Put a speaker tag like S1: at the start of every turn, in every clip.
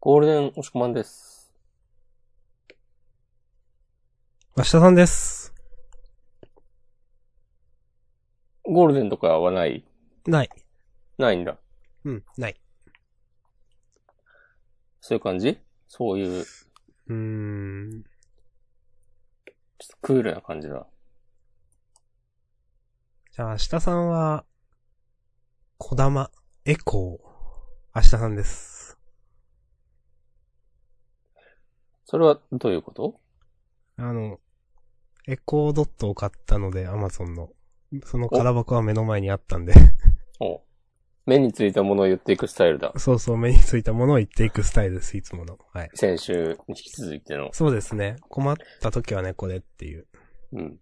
S1: ゴールデンおしくまんです。
S2: 明日さんです。
S1: ゴールデンとかはない
S2: ない。
S1: ないんだ。
S2: うん、ない。
S1: そういう感じそういう、ちょ
S2: うーん。
S1: っとクールな感じだ。
S2: じゃあ、明日さんは、小玉、エコー、明日さんです。
S1: それはどういうこと
S2: あの、エコードットを買ったので、アマゾンの。その空箱は目の前にあったんで、。
S1: おう目についたものを言っていくスタイルだ
S2: そうそう目についたものを言っていくスタイルです、いつもの。はい。
S1: 先週に引き続いての。
S2: そうですね。困った時はね、これっていう。
S1: うん。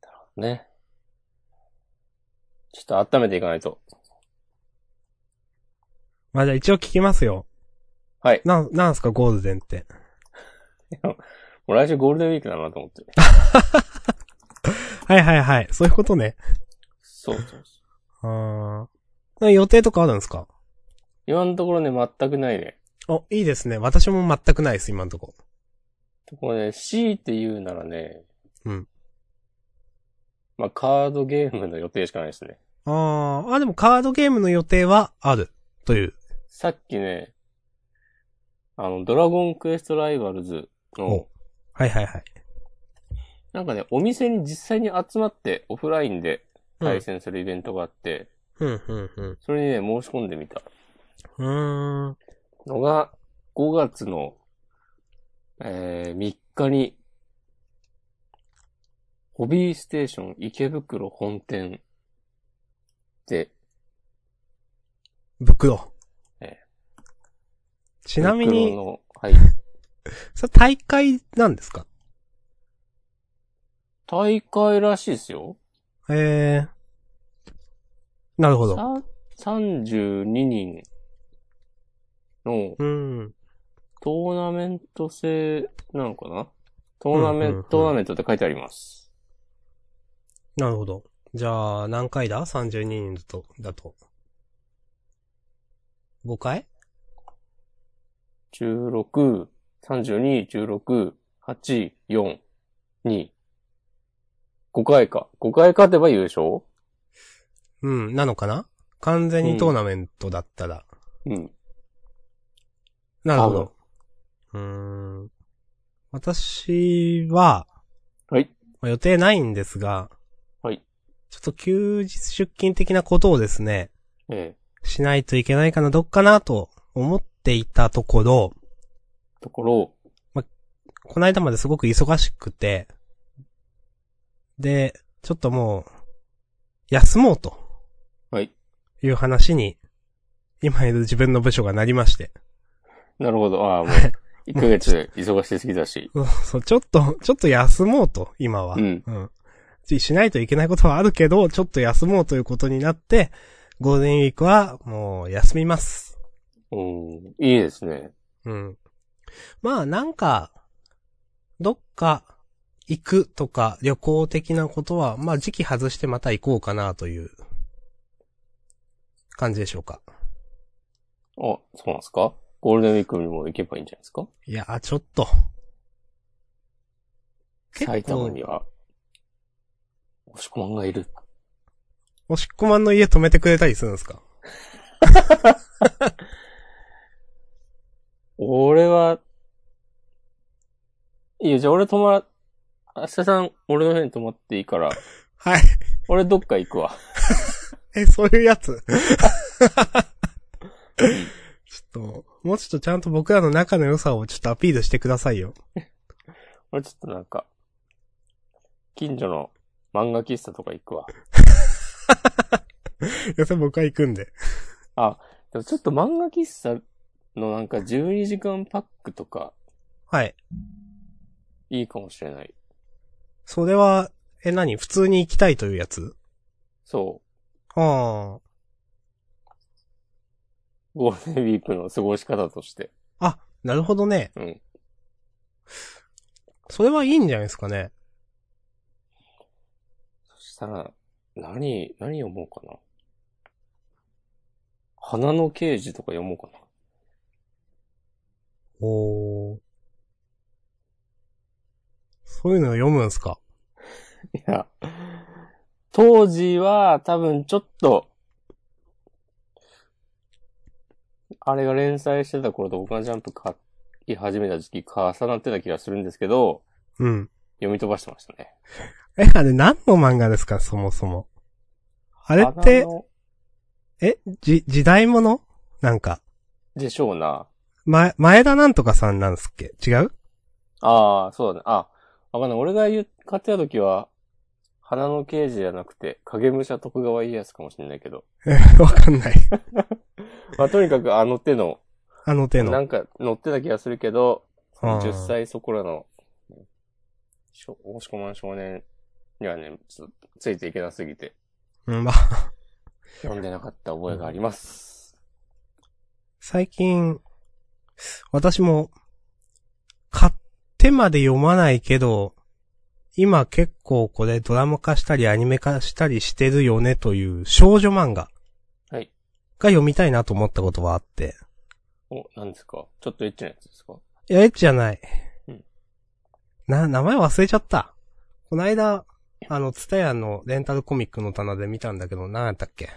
S1: なるほどね。ちょっと温めていかないと。
S2: まあじゃあ一応聞きますよ。
S1: はい
S2: なん、なんすか、ゴールデンって。
S1: もう来週ゴールデンウィークだなと思って。
S2: はいはいはい。そういうことね。
S1: そうそうそう。
S2: あー。予定とかあるんですか
S1: 今のところね、全くないね。
S2: お、いいですね。私も全くないです、今のとこ。
S1: ところね、強いて言うならね。
S2: うん。
S1: まあ、カードゲームの予定しかないですね。
S2: あー、あ、でもカードゲームの予定はある。という。
S1: さっきね、あの、ドラゴンクエストライバルズの
S2: お、はいはいはい。
S1: なんかね、お店に実際に集まってオフラインで対戦するイベントがあって、
S2: うん、うん、うん
S1: それにね、申し込んでみた。
S2: うーん。
S1: のが、5月の、えー、3日に、ホビーステーション池袋本店で、
S2: 袋
S1: え。
S2: ちなみに
S1: 池、袋の、はい。
S2: それ大会なんですか
S1: 大会らしいですよ。
S2: えー。なるほど。
S1: さ32人の
S2: うん。
S1: トーナメント制なのかなトーナメント、
S2: うんうんうん
S1: トーナメントって書いてあります。
S2: なるほど。じゃあ、何回だ ?32 人だと、だと。5回
S1: 16、32、16、8、4、2。5回か。5回勝てば優勝
S2: うん、なのかな完全にトーナメントだったら。
S1: うん。
S2: なるほど。うーん。私は、
S1: はい。
S2: まあ予定ないんですが、
S1: はい。
S2: ちょっと休日出勤的なことをですね、
S1: ええ。
S2: しないといけないかな、どっかなと思っていたところ、
S1: ところ、
S2: この間まですごく忙しくて、で、ちょっともう、休もうと
S1: はい。
S2: いう話に、今いる自分の部署がなりまして。
S1: なるほど。ああ、もう、1ヶ月忙しすぎだ し。
S2: そうそう、ちょっと、ちょっと休もうと、今は。
S1: うん
S2: うん。ししないといけないことはあるけど、ちょっと休もうということになって、ゴールデンウィークはもう休みます。
S1: うん。いいですね。
S2: うん。まあなんか、どっか行くとか旅行的なことは、まあ時期外してまた行こうかなという感じでしょうか。
S1: あ、そうなんですかゴールデンウィークにも行けばいいんじゃないですか
S2: いやー、ちょっと。結構
S1: 埼玉には、押し込まんがいる。
S2: おしっこまんの家泊めてくれたりするんですか
S1: 俺は、いいよ、じゃあ俺泊ま、明日さん、俺の部屋に泊まっていいから、
S2: はい。
S1: 俺どっか行くわ。
S2: え、そういうやつ ちょっと、もうちょっとちゃんと僕らの仲の良さをちょっとアピールしてくださいよ。
S1: 俺ちょっとなんか、近所の漫画喫茶とか行くわ。
S2: 要するに僕は行くんで。
S1: でもちょっと漫画喫茶のなんか12時間パックとか、
S2: はい。
S1: いいかもしれない。
S2: それは、え、何普通に行きたいというやつ
S1: そ
S2: は
S1: う。ゴールデンウィークの過ごし方として。
S2: あ。あ、なるほどね。
S1: うん。
S2: それはいいんじゃないですかね。
S1: そしたら、何、何読もうかな。花の刑事とか読もうかな。
S2: おー。そういうのを読むんすか
S1: いや、当時は多分ちょっと、あれが連載してた頃と僕がジャンプ買い始めた時期重なってた気がするんですけど、
S2: うん。
S1: 読み飛ばしてましたね。
S2: え、あれ何の漫画ですかそもそも。あれっ
S1: 花
S2: て、
S1: の
S2: え、じ、時代物なんか、
S1: でしょうな。
S2: ま、前田なんとかさんなんすっけ違う
S1: ああ、そうだね。あ、わかんない。俺が言う買ってた時は、花の刑事じゃなくて、影武者徳川家康かもしれないけど。
S2: わかんない。
S1: まあ、とにかくあの手の、
S2: あの手
S1: な
S2: の。
S1: んか乗ってた気がするけど、
S2: うん
S1: 10歳そこらの、しょ押し込まん少年にはね、ちょっとついていけなすぎて、
S2: うん、まあ、
S1: 読んでなかった覚えがあります。
S2: 最近、私も、買ってまで読まないけど、今結構これドラマ化したりアニメ化したりしてるよねという少女漫画
S1: はい。
S2: が読みたいなと思ったことはあって。
S1: お、何ですかちょっとエッチなやつですか
S2: いや、エッチじゃない
S1: うん。
S2: な、名前忘れちゃった。こないだ、あの、ツタヤのレンタルコミックの棚で見たんだけど、何やったっけ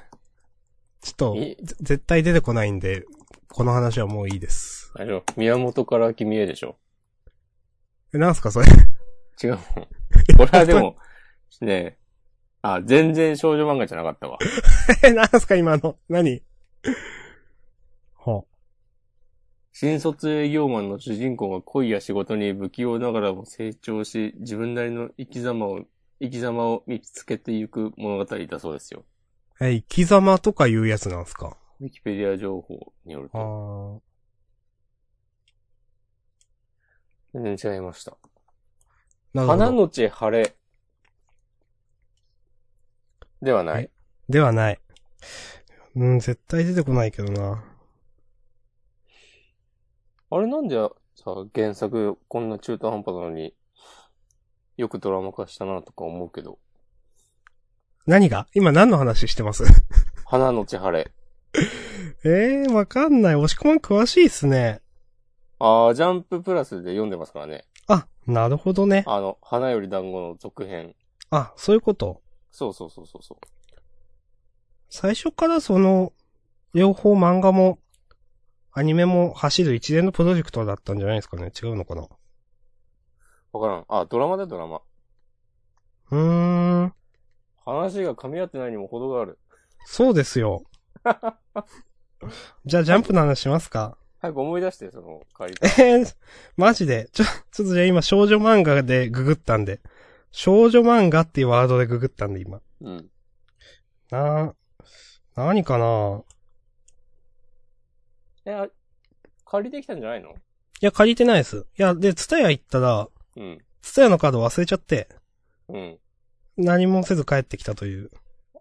S2: ちょっと、
S1: え
S2: ぜ絶対出てこないんで、この話はもういいです。
S1: あれよ宮本から君へでしょ
S2: え、なんすかそれ。
S1: 違うもん。これはでも、ねあ、全然少女漫画じゃなかったわ。
S2: え、なんすか今の。何は
S1: 新卒営業マンの主人公が恋や仕事に不器用ながらも成長し、自分なりの生き様を、生き様を見つけていく物語だそうですよ。
S2: え、生き様とかいうやつなんすか
S1: ウィキペディア情報による
S2: あ
S1: と、
S2: ー
S1: 全然違いました。
S2: なるほ
S1: 花
S2: ど。
S1: のち晴れ。ではない
S2: え。ではない。うん、絶対出てこないけどな。
S1: あれなんでさ、原作こんな中途半端なのに、よくドラマ化したなとか思うけど、
S2: 何が今何の話してます
S1: 花のち晴れ。
S2: ええー、わかんない。押し込まん詳しいっすね。
S1: あー、ジャンププラスで読んでますからね。
S2: あ、なるほどね。
S1: あの、花より団子の続編。
S2: あ、そういうこと。
S1: そうそうそうそうそう。
S2: 最初からその、両方漫画も、アニメも走る一連のプロジェクトだったんじゃないですかね。違うのかな。
S1: わからん。あ、ドラマだドラマ。
S2: うーん。
S1: 話が噛み合ってないにも程がある。
S2: そうですよ。じゃあ、ジャンプの話しますか。
S1: 早く思い出して、その、借り
S2: え
S1: た。
S2: ー、マジで。ちょ、ちょっとじゃあ今少女漫画でググったんで。少女漫画っていうワードでググったんで今。
S1: うん。
S2: なな何かな
S1: え、あ借りてきたんじゃないの
S2: いや、借りてないです。いや、で、ツタヤ行ったら、
S1: うん。
S2: ツタヤのカード忘れちゃって、
S1: うん。
S2: 何もせず帰ってきたという。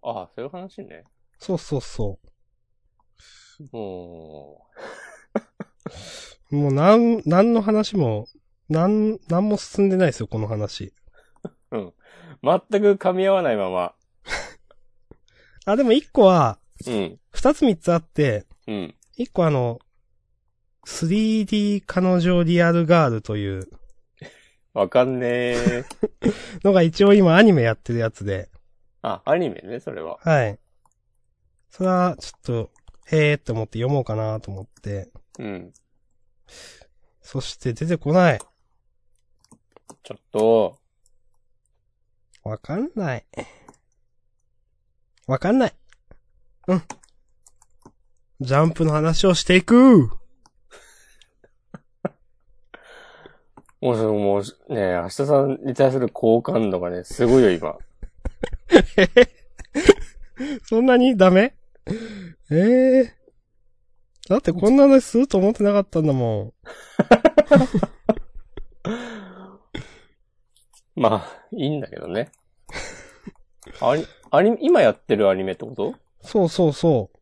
S1: あ、そういう話ね。
S2: そうそうそ
S1: も
S2: う。もう、なん、なんの話も、なん、なんも進んでないですよ、この話。
S1: う、全く噛み合わないまま。
S2: あ、でも一個は、
S1: うん。
S2: 二つ三つあって、
S1: うん。
S2: 一個あの、3D 彼女リアルガールという
S1: わかんね え。
S2: のが一応今アニメやってるやつで、
S1: あ、アニメね、それは。
S2: はい。それは、ちょっと、へーって思って読もうかなと思って、
S1: うん。
S2: そして出てこない。
S1: ちょっと、
S2: わかんない。わかんない。うん。ジャンプの話をしていく
S1: もうそれ、もう、ねえ、明日さんに対する好感度がね、すごいよ、今。
S2: そんなにダメええだってこんな話すると思ってなかったんだも
S1: まあ、いいんだけど ね。アニ、アニ、今やってるアニメってこと
S2: ん。そうそうそう。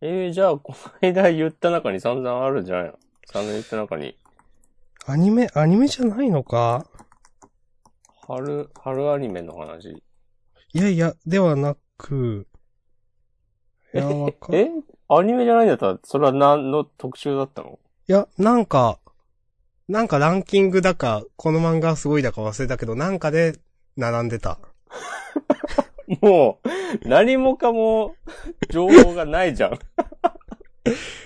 S1: えー、じゃあ、この間言った中に散々あるんじゃないの散々言った中に、
S2: アニメ、アニメじゃないのか
S1: 春、春アニメの話。
S2: いやいや、ではなく、いや、わか
S1: えアニメじゃないんだったら、それは何の特集だったの
S2: いや、なんか、なんかランキングだか、この漫画すごいだか忘れたけど、なんかで並んでた。
S1: もう、何もかも、情報がないじゃん。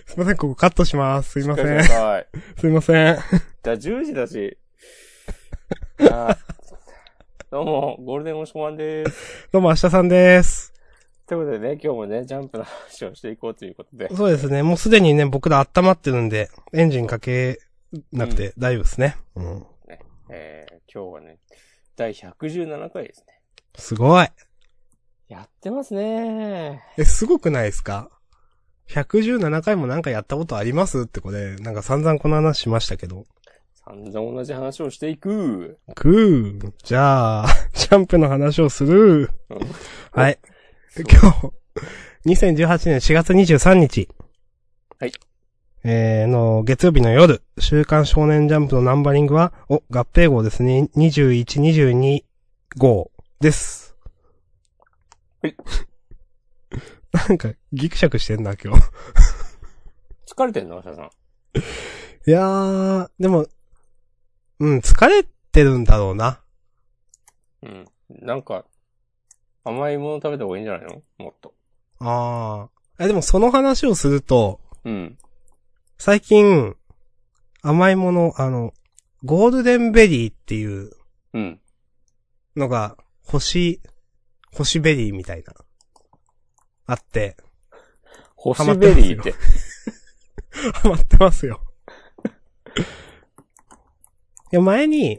S2: すいません、ここカットします。すいませ
S1: 聞
S2: ん
S1: かせ。てください。
S2: すいません。
S1: じゃあ10時だし。あどうも、ゴールデンオシコマンです。
S2: どうも、明日さんです。
S1: ということでね、今日もね、ジャンプの話をしていこうということで。
S2: そうですね、もうすでにね、僕ら温まってるんで、エンジンかけなくて大丈夫ですね。うん。
S1: えー、今日はね、第117回ですね。
S2: すごい。
S1: やってますね
S2: え、すごくないですか ?117 回もなんかやったことありますってこれ、なんか散々この話しましたけど。
S1: 散々同じ話をしていく。
S2: くー。じゃあ、ジャンプの話をする。
S1: うん
S2: はい。今日、2018年4月23日。
S1: はい。
S2: えー、の、月曜日の夜、週刊少年ジャンプのナンバリングは、お、合併号ですね。21、22号です。
S1: はい。
S2: なんか、ギクシャクしてんな、今日。
S1: 疲れてんの、アシャさん。
S2: いやー、でも、うん、疲れてるんだろうな。
S1: うん。なんか、甘いもの食べた方がいいんじゃないのもっと。
S2: あー。え、でもその話をすると、
S1: うん。
S2: 最近、甘いもの、あの、ゴールデンベリーっていう
S1: うん。
S2: のが、星、星ベリーみたいな、あって、
S1: 星ベリーって。
S2: ハマってますよ。 いや、前に、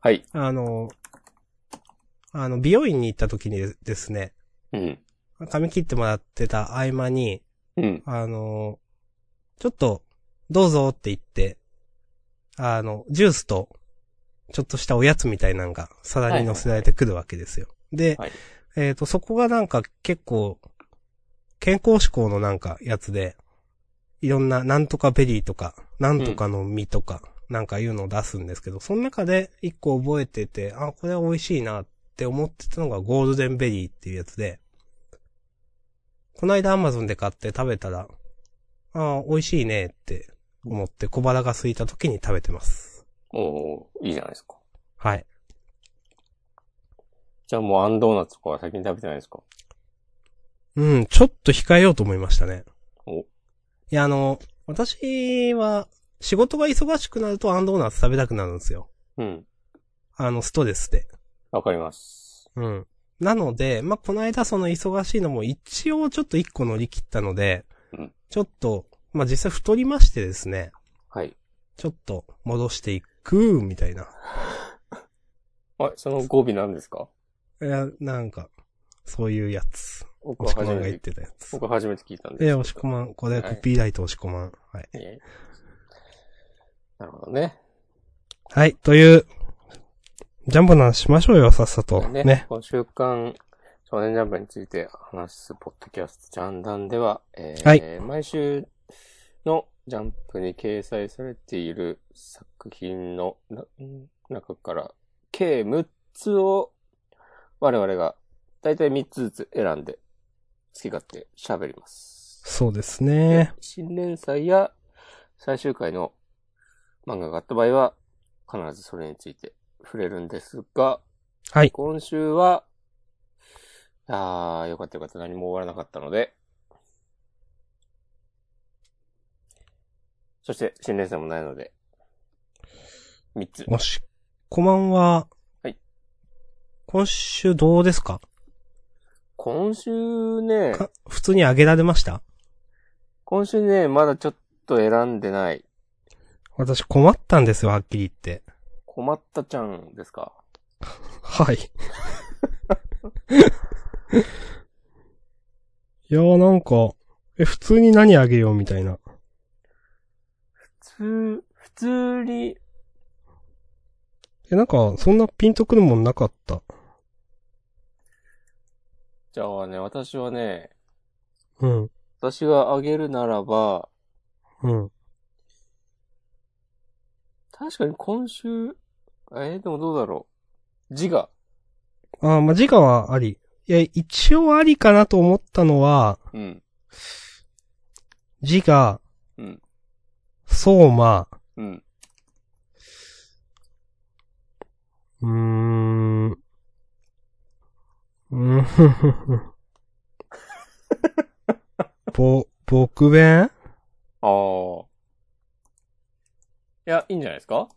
S1: はい。
S2: あの、あの、美容院に行った時にですね、
S1: うん。
S2: 髪切ってもらってた合間に、
S1: うん。
S2: あの、ちょっと、どうぞって言って、あの、ジュースと、ちょっとしたおやつみたいなのが、皿に乗せられてくるわけですよ。で、
S1: はい
S2: えっ、と、そこがなんか結構、健康志向のなんかやつで、いろんな、なんとかベリーとか、なんとかの実とか、なんかいうのを出すんですけど、その中で一個覚えてて、あ、これ美味しいなって思ってたのがゴールデンベリーっていうやつで、この間アマゾンで買って食べたら、ああ、美味しいねって思って小腹が空いた時に食べてます。
S1: おーいいじゃないですか。
S2: はい。
S1: じゃあもうアンドーナツとかは最近食べてないですか
S2: うん、ちょっと控えようと思いましたね。
S1: お
S2: いや、あの、私は、仕事が忙しくなるとアンドーナツ食べたくなるんですよ。
S1: うん。
S2: あの、ストレスで。
S1: わかります。
S2: うん。なので、まあ、この間その忙しいのも一応ちょっと一個乗り切ったので、
S1: うん
S2: ちょっと、まあ、実際太りましてですね。
S1: はい。
S2: ちょっと戻していく、みたいな。
S1: あ、その語尾なんですか
S2: いや、なんか、そういうやつ。
S1: 僕
S2: お
S1: は
S2: しこ
S1: 初
S2: まんが
S1: め、
S2: 言っててたやつ。
S1: 僕は初めて聞いたんですけ
S2: え、
S1: ど
S2: おしこまん、これコピーライトおしこまん。はい。
S1: いえなるほどね。
S2: はい、という、ジャンボの話しましょうよ、さっさと。ね。
S1: この週刊少年ジャンプについて話すポッドキャストジャンダンでは、えー
S2: は
S1: 毎週のジャンプに掲載されている作品のな中から、計6つを我々が大体3つずつ選んで好き勝手喋ります。
S2: そうですね。
S1: 新連載や最終回の漫画があった場合は、必ずそれについて触れるんですが、
S2: はい。
S1: 今週は、あー、よかったよかった。何も終わらなかったので。そして、新連載もないので、3つ。
S2: おしこまんは、
S1: はい。
S2: 今週どうですか
S1: 今週ね、
S2: か普通にあげられました
S1: 今週ね、まだちょっと選んでない。
S2: 私困ったんですよ、はっきり言って。
S1: 困ったちゃんですか
S2: はい。 いやーなんか、え、普通に何あげようみたいな。
S1: 普通、普通に、
S2: え、なんか、そんなピンとくるもんなかった。
S1: じゃあね、私はね、
S2: うん、
S1: 私があげるならば、
S2: うん。
S1: 確かに今週、えーでもどうだろう。字が。
S2: あー、まあ、自我はあり。いや、一応ありかなと思ったのは、
S1: うん。
S2: 自我、
S1: うん。
S2: 相馬、
S1: うん。
S2: うーん。うーん ふふふ。ぼ、僕弁
S1: ああ。いや、いいんじゃないですか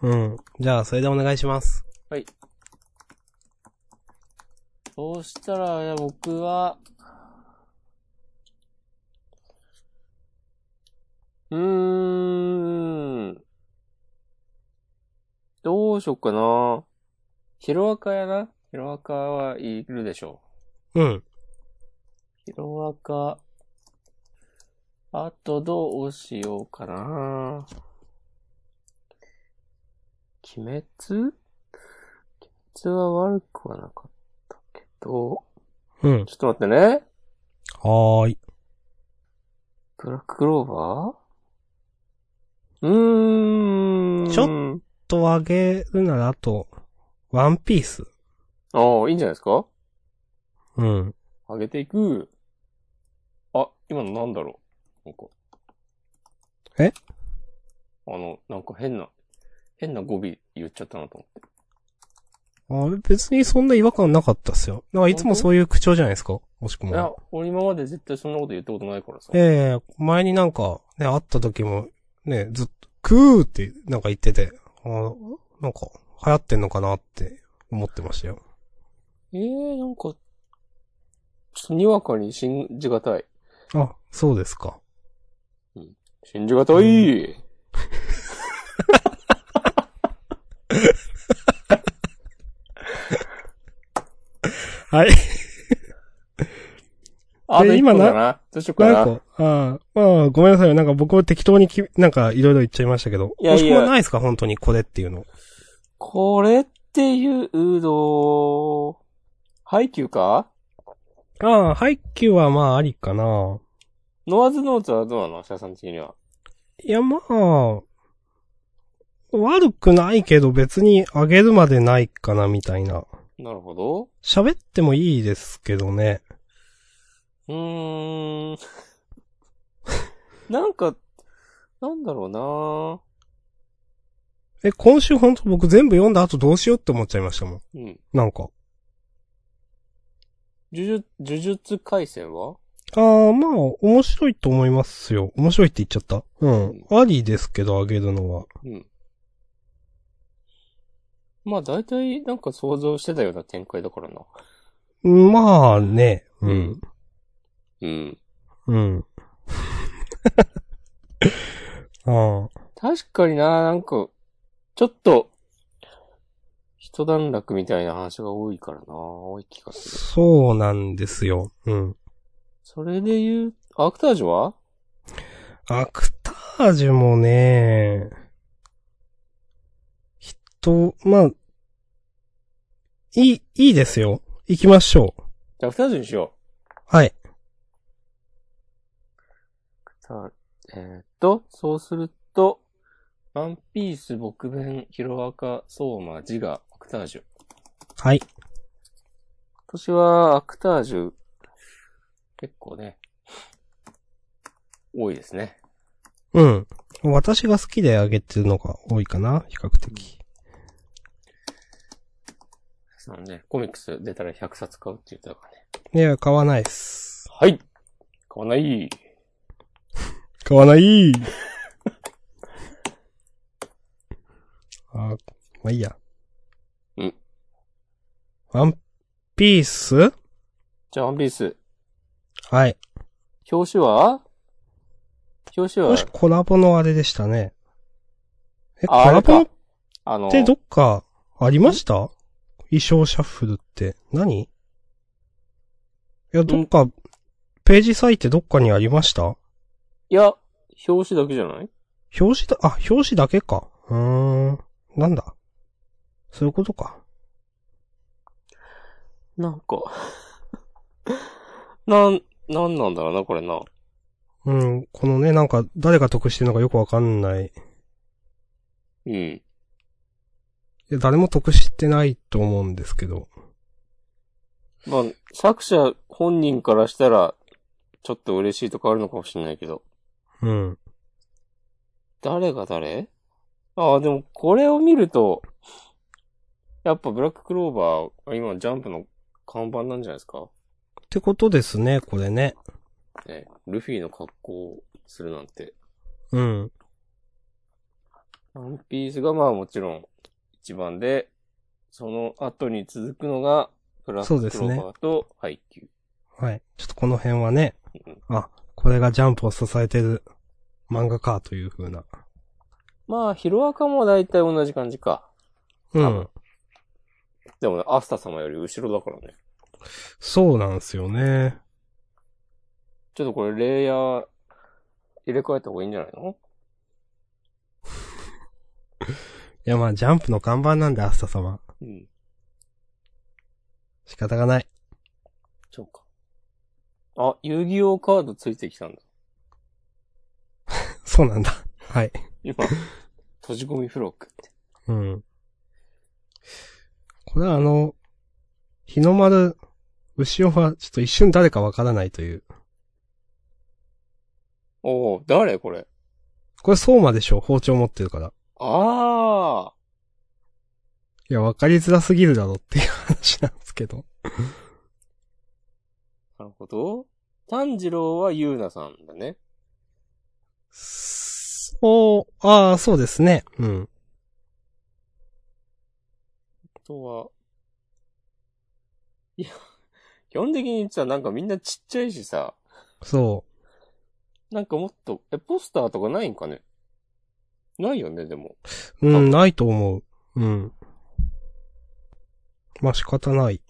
S2: うん。じゃあ、それでお願いします。
S1: そうしたら、僕は、うーん。どうしよっかな。ヒロアカやな。ヒロアカはいるでしょ
S2: うん。
S1: う。ヒロアカ。あとどうしようかな。鬼滅鬼滅は悪くはなかったけど。
S2: うん。
S1: ちょっと待ってね。
S2: はーい。
S1: ブラッククローバーうーん。
S2: ちょとあげるなら、あと、ワンピース。
S1: ああ、いいんじゃないですか
S2: うん。
S1: 上げていく。あ、今のなんだろうなんか。
S2: え
S1: あの、なんか変な、変な語尾言っちゃったなと思って。
S2: あれ、別にそんな違和感なかったっすよ。なんかいつもそういう口調じゃないですかもしく
S1: い
S2: も
S1: や。、俺今まで絶対そんなこと言ったことないからさ。
S2: ええ前になんか、ね、会った時も、ね、ずっと、クーってなんか言ってて、あなんか、流行ってんのかなって思ってましたよ。
S1: えー、なんか、ちょっとにわかに信じがたい。
S2: あ、そうですか。
S1: 信じがたい、
S2: はい。
S1: あと
S2: え
S1: 一
S2: 今
S1: 個
S2: な
S1: だな。どうしようかな。
S2: なんか、ああ、まあ、ごめんなさいよ。なんか僕は適当にき、なんかいろいろ言っちゃいましたけど。
S1: いやいや
S2: もしくはないですか本当にこれっていうの。
S1: これっていうの、配給か
S2: ああ、配給はまあありかな。
S1: ノアズノーツはどうなの社さん的には。
S2: いや、まあ、悪くないけど別にあげるまでないかな、みたいな。
S1: なるほど。
S2: 喋ってもいいですけどね。
S1: うーん。なんか、なんだろうな
S2: え、今週ほんと僕全部読んだ後どうしようって思っちゃいましたもん。
S1: うん。
S2: なんか。
S1: 呪術、呪術回戦は
S2: あー、まあ、面白いと思いますよ。面白いって言っちゃった。うん。ありですけど、あげるのは。
S1: うん。まあ大体なんか想像してたような展開だからな。
S2: まあね。うん。
S1: うん。
S2: うん。 あー
S1: 確かにななんか、ちょっと、一段落みたいな話が多いからな多い気がする。
S2: そうなんですよ。うん。
S1: それで言う、アクタージュは
S2: アクタージュもね、人、まあ、いい、いいですよ。行きましょう。
S1: じゃあアクタージュにしよ
S2: はい。
S1: う。さあ、えー、っと、そうすると、ワンピース、僕弁、ヒロアカ、ソーマ、ジガ、アクタージュ。
S2: はい。
S1: 今年はアクタージュ、結構ね、多いですね。
S2: うん。私が好きであげてるのが多いかな、比較的。
S1: なので、コミックス出たら100冊買うって言ってたからね。
S2: いや、買わないっす。
S1: はい買わない
S2: 買わない あ、まあいいや。
S1: うん。
S2: ワンピース
S1: じゃあ、ワンピース。
S2: はい。
S1: 表紙は表紙
S2: も
S1: は
S2: し、コラボのあれでしたね。え、コ
S1: ああ
S2: ラ
S1: れ
S2: ボ
S1: か
S2: っ
S1: あの、
S2: てどっかありました衣装シャッフルって何いや、どっか、ページ割いてどっかにありました
S1: いや、表紙だけじゃない
S2: 表紙だ、あ、表紙だけか。うーん。なんだ。そういうことか。
S1: なんか、なん、なんなんだろうな、これな。
S2: うん。このね、なんか、誰が得してるのかよくわかんない。
S1: う
S2: い
S1: ん。
S2: や、誰も得してないと思うんですけど。
S1: まあ、作者本人からしたら、ちょっと嬉しいとかあるのかもしれないけど、
S2: うん。
S1: 誰が誰ああ、でもこれを見ると、やっぱブラッククローバー、今ジャンプの看板なんじゃないですか
S2: ってことですね、これね。
S1: ね。ルフィの格好をするなんて。
S2: うん。
S1: ワンピースがまあもちろん一番で、その後に続くのが、ブラッ
S2: そう
S1: ク
S2: で
S1: ク
S2: す
S1: ロ
S2: ね
S1: ーバーとハイキュー。
S2: はい。ちょっとこの辺はね
S1: うん、
S2: あ、これがジャンプを支えてる漫画かという風な。
S1: まあ、ヒロアカも大体同じ感じか。
S2: う
S1: 多
S2: ん
S1: 分。でもね、アスタ様より後ろだからね。
S2: そうなんですよね。
S1: ちょっとこれレイヤー入れ替えた方がいいんじゃないの
S2: いやまあジャンプの看板なんで、アスタ様。
S1: うん。
S2: 仕方がない。
S1: そうか。あ、遊戯王カードついてきたんだ。
S2: そうなんだ。はい。
S1: 今、閉じ込みフロックって。
S2: うん。これはあの、日の丸、牛尾はちょっと一瞬誰かわからないという。
S1: おお誰これ。
S2: これ相馬でしょ包丁持ってるから。
S1: ああ
S2: いや、わかりづらすぎるだろっていう話なんですけど。
S1: なるほど。炭治郎はゆうなさんだね。
S2: そう、ああ、そうですね。うん。
S1: あとは、いや、基本的にさ、なんかみんなちっちゃいしさ、
S2: そ
S1: なんかもっと、え、ポスターとかないんかねないよね、でも。
S2: う。うん、ないと思う。うん。まあ仕方ない。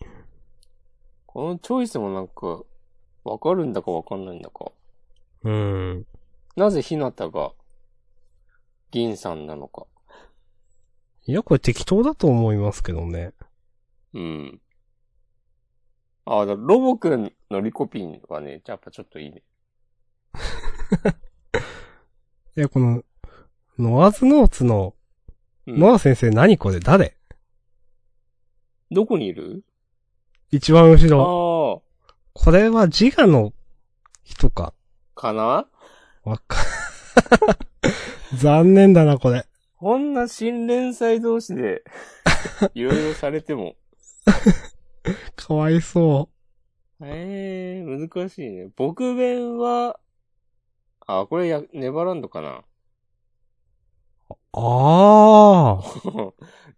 S1: このチョイスもなんか、わかるんだかわかんないんだか。
S2: うん。
S1: なぜひなたが、銀さんなのか。
S2: いや、これ適当だと思いますけどね。
S1: うん。ああ、だからロボくんのリコピンはね、やっぱちょっといいね。
S2: いや、この、ノアズノーツの、
S1: うん
S2: ノア先生何これ誰
S1: どこにいる
S2: 一番後
S1: ああー、
S2: ろ。これは自我の人か。
S1: かな
S2: わか、 残念だな、これ。
S1: こんな新連載同士で、いろいろされても。
S2: かわいそ
S1: ええー、難しいね。僕弁は、あ、これや、ネバーランドかな。
S2: う。あ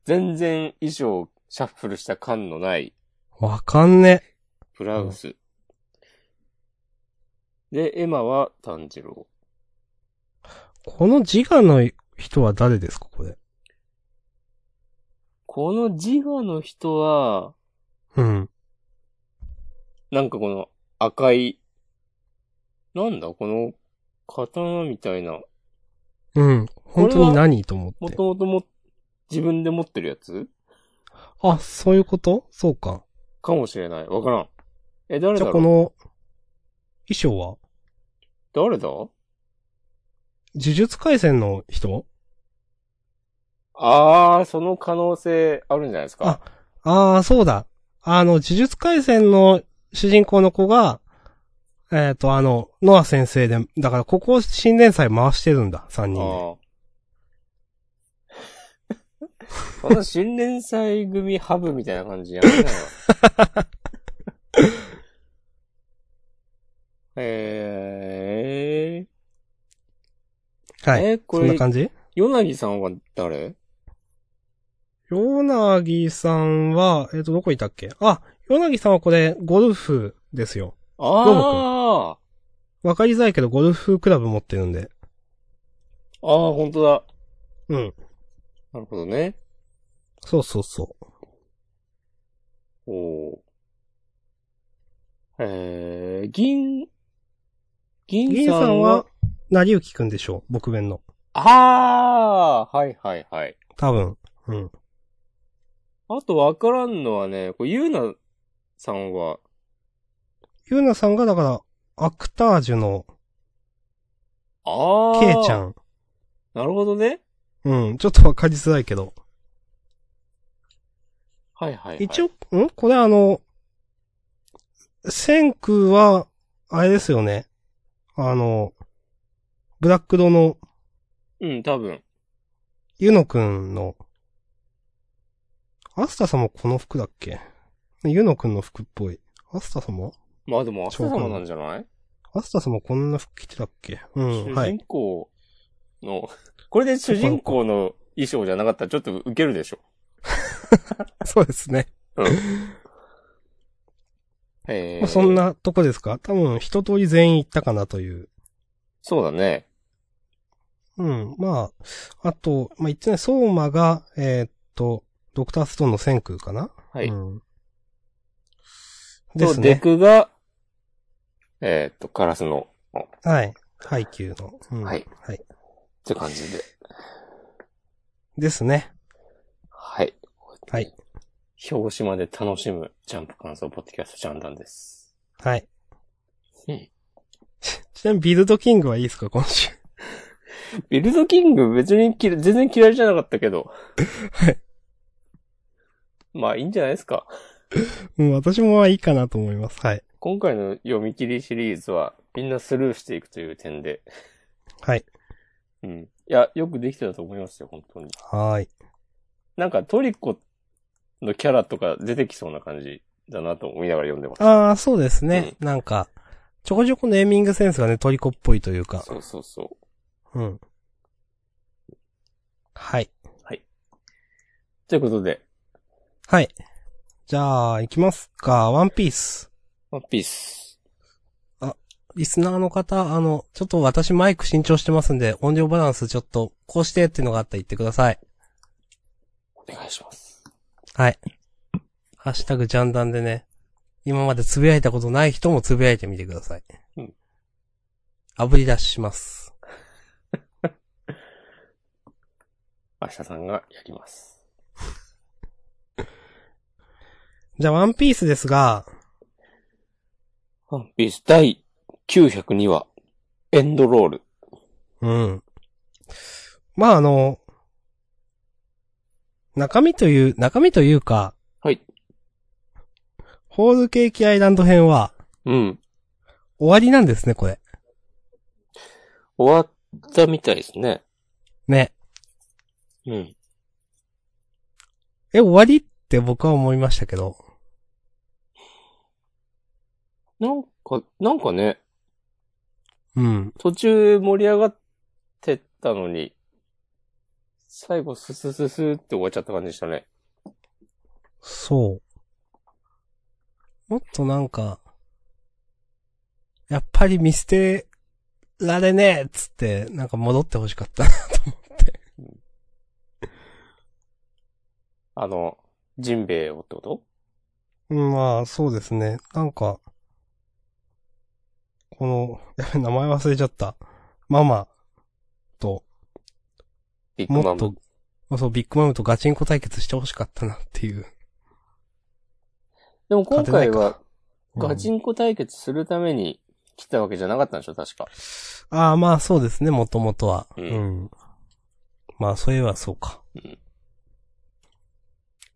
S1: 全然衣装シャッフルした感のない
S2: あ、わかんね。
S1: ブラウス。で、エマは炭治郎。
S2: この自我の人は誰ですか、これ。
S1: この自我の人は、
S2: うん。
S1: なんかこの赤い、なんだこの刀みたいな。
S2: うん。本当に何と思
S1: も
S2: って
S1: と。もとも、自分で持ってるやつ
S2: あ、そういうことそうか。
S1: かもしれない。わからん。え、誰
S2: じ
S1: だ
S2: ゃあ
S1: ろう
S2: この、衣装は
S1: 誰だ
S2: 呪術回戦の人
S1: あー、その可能性あるんじゃないですか。
S2: ああ、そうだ。あの、呪術回戦の主人公の子が、えっ、と、あの、ノア先生で、だからここを新連載回してるんだ、3
S1: あ
S2: 人で。
S1: ー この新連載組ハブみたいな感じやめなよ。 えー、
S2: はい。
S1: え、こ
S2: そんな
S1: れ、
S2: 感じ
S1: ヨナギさんは誰
S2: ヨナギさんは、えっ、と、どこいたっけあ、ヨナギさんはこれ、ゴルフですよ。
S1: あ
S2: わかりづらいけど、ゴルフクラブ持ってるんで。
S1: ー、あー、本当だ。
S2: うん。
S1: なるほどね。
S2: そうそうそう。
S1: おお。えー、銀、銀
S2: 銀
S1: さんは、
S2: さんは、なりゆきくんでしょう、僕弁の。
S1: ああはいはいはい。
S2: 多分。うん。
S1: あとわからんのはね、これゆうなさんは、
S2: ゆうなさんが、だから、アクタージュの、
S1: ああ
S2: ケイちゃ。ん。
S1: なるほどね。
S2: うん、ちょっとわかりづらいけど。
S1: はいはい、はい。
S2: 一応、んこれあの、千空は、あれですよね。あの、ブラックドの
S1: うん、多分。
S2: ゆのくんの、アスタ様この服だっけゆのくんの服っぽい。アスタ様
S1: まあでも、アスタ様なんじゃない、
S2: アスタ様こんな服着てたっけうん、は
S1: 主
S2: い
S1: 人。公の、 これで主人公の衣装じゃなかったらちょっとウケるでしょ。
S2: そうですね。
S1: え
S2: まあそん。なとこですか多分一通り全員行ったかなという。
S1: そうだね。
S2: うん。まあ、あと、まあ、言ってない、相馬が、えーっと、ドクターストーンの先空かな
S1: はい。
S2: うん、で
S1: と、
S2: す
S1: デ
S2: ね。
S1: クが、えーっと、カラスの、あっ
S2: はい。配給の、うん
S1: はい。
S2: はい。
S1: て感じで。
S2: ですね。
S1: はい。
S2: はい。
S1: 表紙まで楽しむジャンプ感想ポッドキャストジャンダンです。
S2: はい。
S1: うん
S2: ちなみにビルドキングはいいですか今週。
S1: ビルドキング別にき全然嫌いじゃなかったけど。
S2: はい。
S1: まあいいんじゃないですか。
S2: うん、私もまあいいかなと思います。はい。
S1: 今回の読み切りシリーズはみんなスルーしていくという点で。
S2: はい。
S1: うん。いや、よくできてたと思いますよ、本当に。
S2: はーい。
S1: なんかトリコのキャラとか出てきそうな感じだなと思いながら読んでました。
S2: ああ、そうですね。なんか、ちょこちょこネーミングセンスがね、トリコっぽいというか。
S1: そうそうそ
S2: うん。はい。
S1: う。ということで、
S2: はい。じゃあ、行きますか。ワンピース。
S1: ワンピース。
S2: リスナーの方、あの、ちょっと私マイク新調してますんで、音量バランスちょっと、こうしてっていうのがあったら言ってください。
S1: お願いします。
S2: はい。ハッシュタグジャンダンでね、今までつぶやいたことない人もつぶやいてみてください。
S1: うん。
S2: 炙り出しします。
S1: 明日さんがやります。
S2: じゃあ、ワンピースですが、
S1: ワンピース第902話、エンドロール。
S2: うん。まあ、あの、中身という、中身というか、
S1: はい。
S2: ホールケーキアイランド編は、
S1: うん。
S2: 終わりなんですね、これ。
S1: 終わったみたいですね。
S2: ね。
S1: うん。
S2: え、終わりって僕は思いましたけど。
S1: なんか、なんかね、
S2: うん。
S1: 途中盛り上がってったのに、最後ススススーって終わっちゃった感じでしたね。
S2: そう。もっとなんか、やっぱり見捨てられねえっつって、なんか戻ってほしかったなと思って。
S1: あの、ジンベエをってこと
S2: うんまあ、そうですね。なんか、この、やべ名前忘れちゃった。ママと、
S1: ビッグ
S2: も
S1: マ
S2: っ
S1: ム
S2: と。、そう、ビッグマムとガチンコ対決してほしかったなっていう。
S1: でも今回は、
S2: うん
S1: ガチンコ対決するために来たわけじゃなかったんでしょ確か。
S2: ああ、まあそうですね、もともとは。
S1: う
S2: うんん。まあ、そういえばそうか。
S1: うん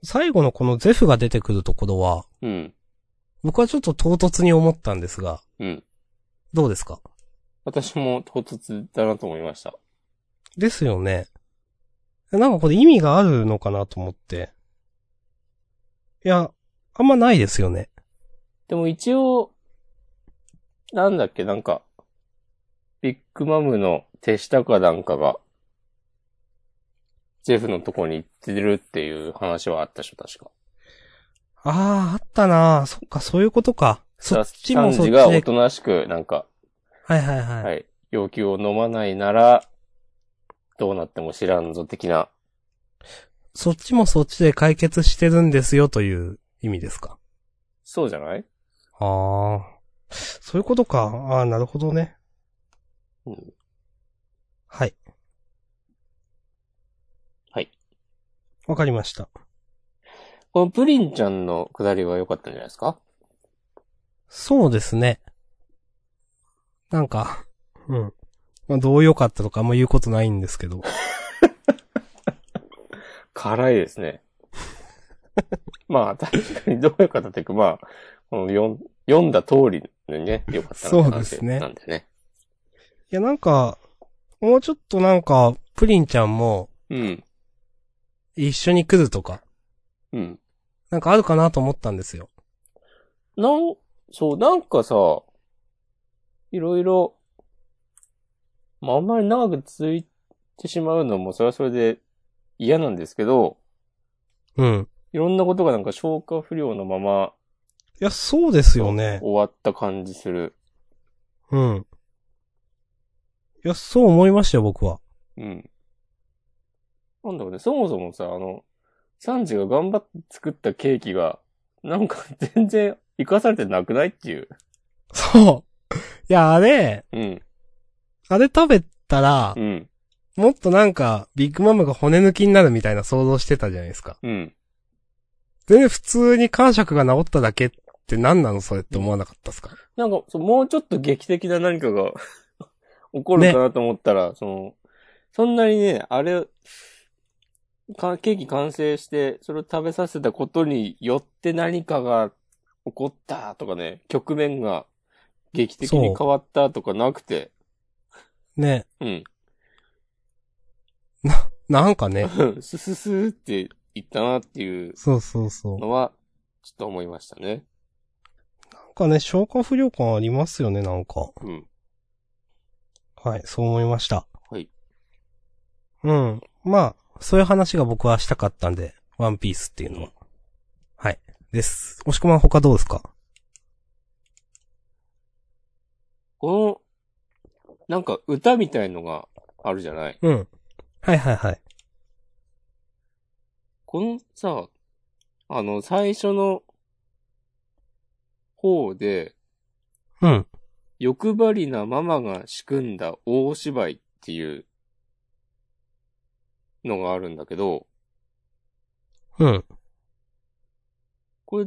S2: 最後のこのゼフが出てくるところは、
S1: うん。
S2: 僕はちょっと唐突に思ったんですが、
S1: うん。
S2: どうですか
S1: 私も唐突だなと思いました。
S2: ですよね。なんかこれ意味があるのかなと思って。いや、あんまないですよね。
S1: でも一応、なんだっけ、なんか、ビッグマムの手下かなんかが、ジェフのとこに行ってるっていう話はあったでしょ、確か。
S2: ああ、あったなそっか、そういうことか。そっちもそっ
S1: サンジ
S2: ち
S1: がお
S2: で。
S1: となしく、なんか、
S2: はいはいはい。
S1: はい、要求を飲まないなら、どうなっても知らんぞ、的な。
S2: そっちもそっちで解決してるんですよという意味ですか。
S1: そうじゃない
S2: ああ。そういうことか。ああ、なるほどね。
S1: うん
S2: はい。
S1: はい。
S2: わかりました。
S1: このプリンちゃんのくだりは良かったんじゃないですか
S2: そうですね。なんか、うん。まあ、どう良かったとかあんま言うことないんですけど。
S1: 辛いですね。 まあ、確かにどういう方っていうか、まあ、この読ん読んだ通りにね、よかったなって感じ
S2: そうですね
S1: なんでね。
S2: いや、なんか、もうちょっとなんか、プリンちゃんも
S1: うん。
S2: 一緒に来るとか、
S1: うん。
S2: なんかあるかなと思ったんですよ。
S1: なん、そう、なんかさ、いろいろ、まあ、あんまり長く続いてしまうのも、それはそれで嫌なんですけど、
S2: うん。
S1: いろんなことがなんか消化不良のまま
S2: いや、そうですよね。
S1: 終わった感じする。
S2: うん。いや、そう思いましたよ、僕は。
S1: うん。なんだろうね、そもそもさ、あの、サンジが頑張って作ったケーキが、なんか 全然生かされてなくないっていう。
S2: そう。いや、あれ、
S1: うん。
S2: あれ食べたら
S1: う、ん。
S2: もっとなんか、ビッグマムが骨抜きになるみたいな想像してたじゃないですか。
S1: うん。
S2: 全然普通に感触が治っただけって何なのそれって思わなかったですか
S1: なんか、そうもうちょっと劇的な何かが 起こるかなと思ったら、その、そんなにね、あれ、かケーキ完成して、それを食べさせたことによって何かが起こったとかね、局面が劇的に変わったとかなくて、
S2: ね。
S1: うん。
S2: なんかね。
S1: スススーっていったなっていう
S2: そうそうそう。な
S1: のは、ちょっと思いましたね。
S2: んかね、消化不良感ありますよね、なんか。
S1: うん。
S2: はい、そう思いました。
S1: はい。
S2: うん。まあ、そういう話が僕はしたかったんで、ワンピースっていうのは。はい。です。押し込まん他どうですか
S1: この、なんか歌みたいのがあるじゃない
S2: うん。はいはいはい。
S1: このさ、あの、最初の方で、
S2: うん。
S1: 欲張りなママが仕組んだ大芝居っていうのがあるんだけど、
S2: うん。
S1: こ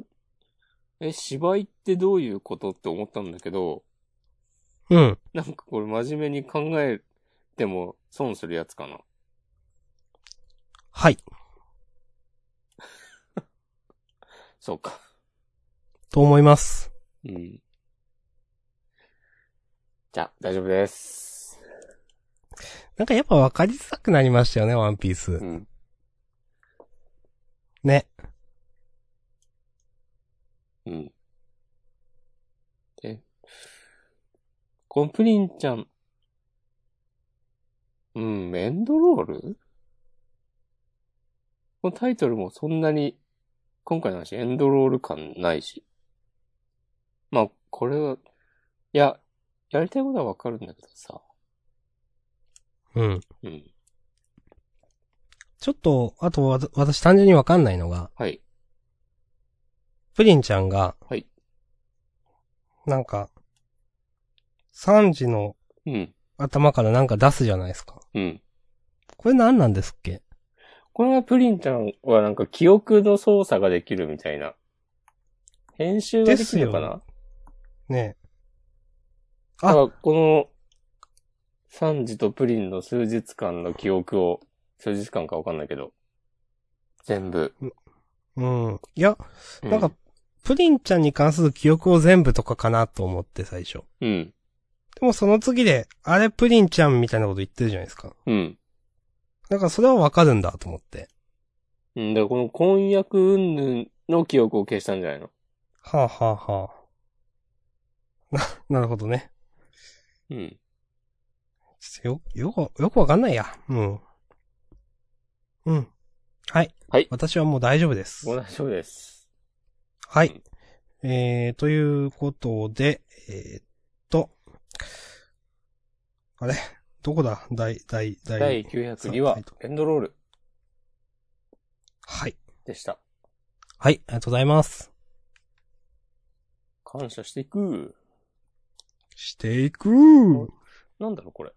S1: れ、え、芝居ってどういうことって思ったんだけど、
S2: うん。
S1: なんかこれ真面目に考えても損するやつかな。
S2: はい。
S1: そうか。
S2: と思います。
S1: うん。じゃあ、大丈夫です。
S2: なんかやっぱ分かりづらくなりましたよね、ワンピース
S1: う。ん。
S2: ね。
S1: うん。で、このプリンちゃん、うん、エンドロールこのタイトルもそんなに、今回の話、エンドロール感ないし。まあ、これは、いや、やりたいことはわかるんだけどさ。
S2: うん。
S1: うん。
S2: ちょっと、あとわた私単純に分かんないのが、
S1: はい。
S2: プリンちゃんが、
S1: はい。
S2: なんか、3時の
S1: うん。
S2: 頭からなんか出すじゃないですか。
S1: うん。
S2: これ何なんですっけ
S1: これはプリンちゃんはなんか記憶の操作ができるみたいな。編集ができるのか
S2: です
S1: な
S2: よねあ
S1: あ、この、サンジとプリンの数日間の記憶を、数日間かわかんないけど、全部。
S2: え。うん。いや、
S1: う
S2: なんか、、プリンちゃんに関する記憶を全部とかかなと思って最初。
S1: うん、
S2: でもその次で、あれプリンちゃんみたいなこと言ってるじゃないですか。
S1: うん。
S2: なんかそれはわかるんだと思って。
S1: うん、だからこの婚約云々の記憶を消したんじゃないの
S2: はあ、はあはあ、な、な るほどね。
S1: うん。
S2: ちょっとよ、よく、よくわかんないや。うん。うん。はい。
S1: はい
S2: 私はもう大丈夫です。
S1: もう大丈夫です。
S2: は
S1: うん
S2: い。えー、ということで、えー、っと、あれどこだ第、第、第。
S1: 第902話、エンドロール
S2: はい。
S1: でした。
S2: はい、ありがとうございます。
S1: 感謝していく。
S2: していく
S1: なんだろ、うこれ。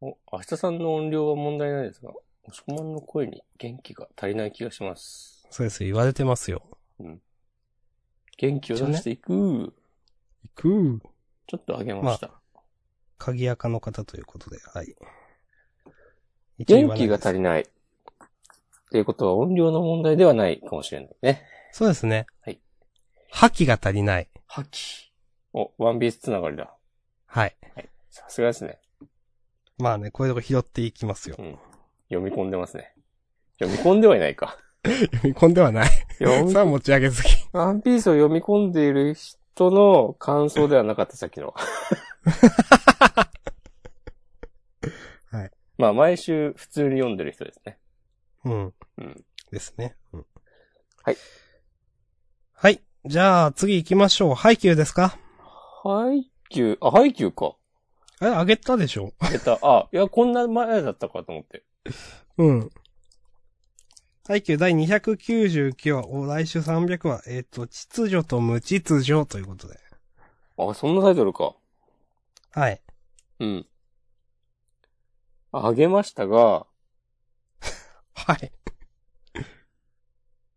S1: お、明日さんの音量は問題ないですが、おしこまんの声に元気が足りない気がします。
S2: そうです、言われてますよ。
S1: 元気を出していく。
S2: いく
S1: ちょっと上げました。
S2: 鍵垢の方ということで、はい。
S1: 元気が足
S2: り
S1: りない。っていうことは音量の問題ではないかもしれないね。
S2: そうですね。
S1: はい。
S2: 覇気が足りない。
S1: 覇気。お、ワンピースつながりだ。
S2: はい。
S1: さすがですね。
S2: まあね、こういうとこ拾っていきま すよ
S1: う。ん。読み込んでますね。読み込んではいない か。
S2: 読み込んではない。
S1: 読み
S2: さあ持ち上げすぎ。
S1: ワンピースを読み込んでいる人の感想ではなかった、さっきの。
S2: はい。
S1: まあ、毎週普通に読んでる人ですね。
S2: うん。
S1: うん。
S2: ですね。うん
S1: はい。
S2: はい。じゃあ次行きましょう。ハイキューですか
S1: ハイキュー、あ、ハイキューか。
S2: え、あげたでしょ
S1: 下手。あ、いや、こんな前だったかと思って。
S2: うん。ハイキュー第299話、お、来週300話、えっ、と、秩序と無秩序ということで。
S1: あ、そんなタイトルか。
S2: はい。
S1: うん。あげましたが、
S2: はい。
S1: い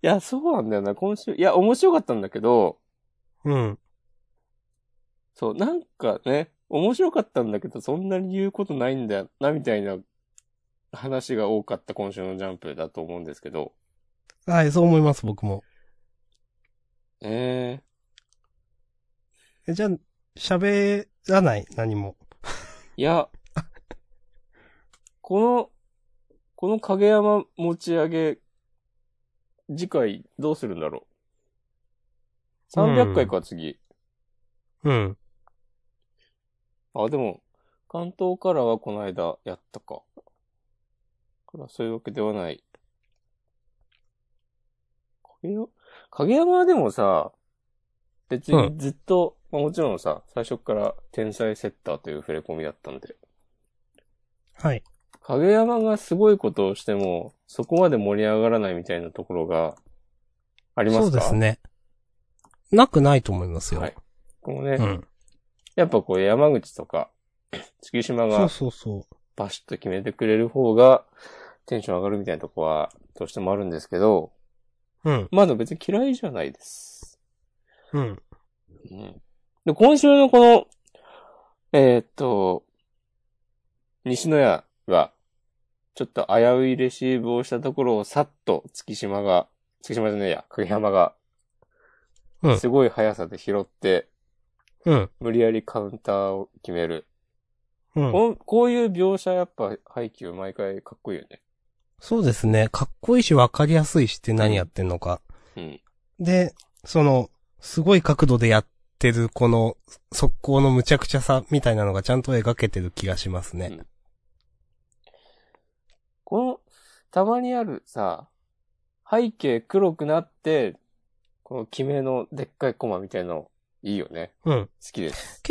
S1: や、そうなんだよな、今週。いや、面白かったんだけど、
S2: うん。
S1: そう、なんかね、面白かったんだけど、そんなに言うことないんだよな、みたいな話が多かった今週のジャンプだと思うんですけど、
S2: はい、そう思います、僕も。
S1: え
S2: えじゃあ、喋らない、何も。
S1: ー、いや、 この、この影山持ち上げ、次回どうするんだろう。300回か、次。
S2: うん。
S1: あ、でも、関東からはこの間やったか。からそういうわけではない。影山、影山はでもさ、別にずっと、まあもちろんさ、最初から天才セッターという触れ込みだったんで、
S2: はい。
S1: 影山がすごいことをしても、そこまで盛り上がらないみたいなところがありま
S2: そ
S1: す
S2: う
S1: か
S2: ですね。なくないと思いますよ。
S1: はい。このね、
S2: うん。
S1: やっぱこう山口とか、月島
S2: そ
S1: が
S2: うそうそ
S1: バシッと決めてくれる方がテンション上がるみたいなとこはどうしてもあるんですけど、
S2: う。うん。
S1: まあでも別に嫌いじゃないです。
S2: うん。
S1: うん。で、今週のこの、えーっと、西野屋が、ちょっと危ういレシーブをしたところをさっと月島が、月島じゃねえや、影山が
S2: う、ん
S1: すごい速さで拾って、
S2: うん。
S1: 無理やりカウンターを決める。
S2: うん。
S1: こんこういう描写やっぱ配球毎回かっこいいよね。
S2: そうですね。かっこいいし、わかりやすいしって何やってんのか。
S1: うん。
S2: で、その、すごい角度でやってる、この、速攻の無茶苦茶さみたいなのがちゃんと描けてる気がしますね。
S1: この、たまにあるさ、背景黒くなって、この決めのでっかいコマみたいの、いいよね。
S2: うん。
S1: 好きです。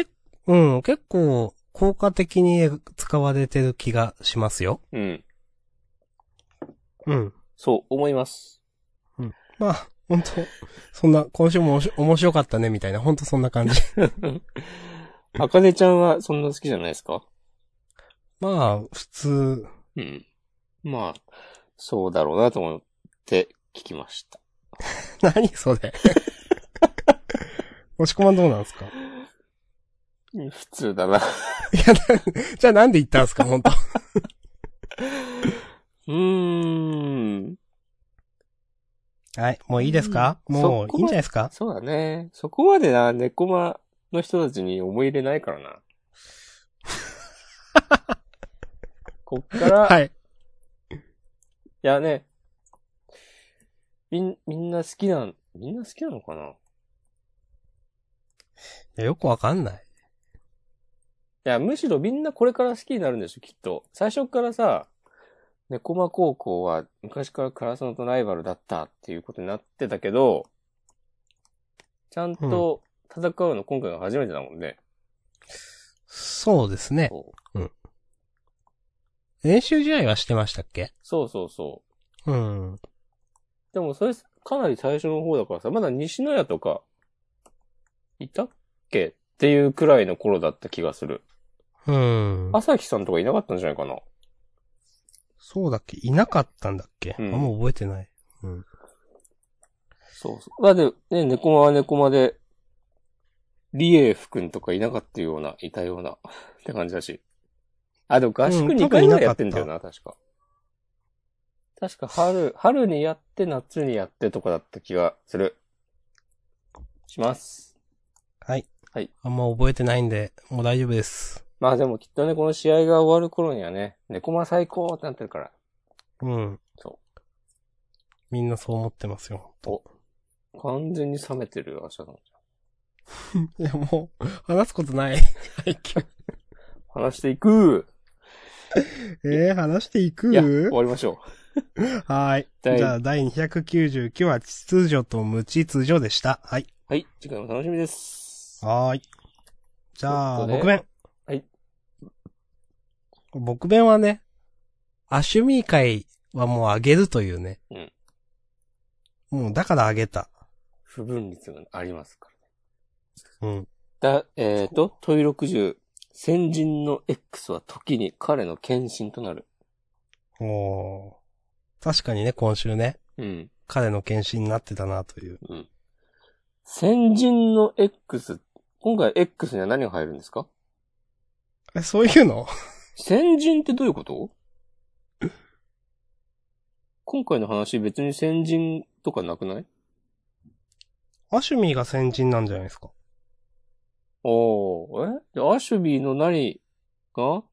S2: うん、結構、効果的に使われてる気がしますよ。
S1: うん。
S2: うん。
S1: そう、思います。
S2: まあ、本当そんな、今週もおし面白かったね、みたいな、本当そん な感じ。
S1: あかねちゃんはそんな好きじゃないですか
S2: まあ、普通、
S1: うん。まあ、そうだろうなと思って聞きました。
S2: 何それ。押し込まんどうなんですかい
S1: うん普通だな。
S2: や、なじゃあなんで言ったんですか、本当
S1: うーん。
S2: はい、もういいですか、
S1: うん
S2: も
S1: そうこ
S2: いいんじゃないですか
S1: そうだね。そこまでな、猫マの人たちに思い入れないからな。こっから、、
S2: はいい。
S1: やね、みん、みんな好きなん、みんな好きなのかない
S2: やよくわかんない。
S1: や、むしろみんなこれから好きになるんでしょ、きっと。最初からさ、猫マ高校は昔からカラソノとライバルだったっていうことになってたけど、ちゃんと戦うの今回が初めてだもんね。
S2: そうですね。
S1: そう
S2: 練習試合はしてましたっけ
S1: そうそうそう。
S2: うん。
S1: でもそれ、かなり最初の方だからさ、まだ西野屋とか、いたっけっていうくらいの頃だった気がする。
S2: うん。
S1: 朝日さんとかいなかったんじゃないかな。
S2: そうだっけいなかったんだっけ、
S1: うん
S2: あんま覚えてない。
S1: そうそう。だって、ね、猫間は猫間で、李英福くんとかいなかったような、いたような、 って感じだし。あ、でも合
S2: う
S1: 宿
S2: ん
S1: 2回ぐらいやってんだよな、確か。確か春、春にやって、夏にやってとかだった気がする。します。
S2: はい。
S1: はい。
S2: あんま覚えてないんで、もう大丈夫です。
S1: まあでもきっとね、この試合が終わる頃にはね、猫マ最高ってなってるから。
S2: うん。。
S1: そう
S2: みんなそう思ってますよ。
S1: お完全に冷めてるよ、明日の。
S2: いや、もう、話すことない。はい、今日
S1: 話していく
S2: えー、話してい
S1: いや、終
S2: く
S1: わりましょ
S2: はい。
S1: 第
S2: じゃあ、第299話、秩序と無秩序でした。はい。
S1: う。はい、次回も楽しみです。
S2: はーい。じゃ
S1: ちょ
S2: あ、
S1: っとね
S2: 僕弁。
S1: はい。
S2: 僕弁はね、アシュミー会はもうあげるというね。
S1: うん
S2: もう、だからあげた。
S1: 不分率がありますか
S2: うん。
S1: ら。だ、えっ、ー、と、問い60。先人の X は時に彼の献身となる。
S2: おー確かにね、今週ね、
S1: うん。
S2: 彼の検診になってたなという。
S1: 先人の X、今回 X には何が入るんですか
S2: え、そういうの
S1: 先人ってどういうこと今回の話別に先人とかなくない
S2: アシュミーが先人なんじゃないですか。
S1: おー、えでアシュビーの何が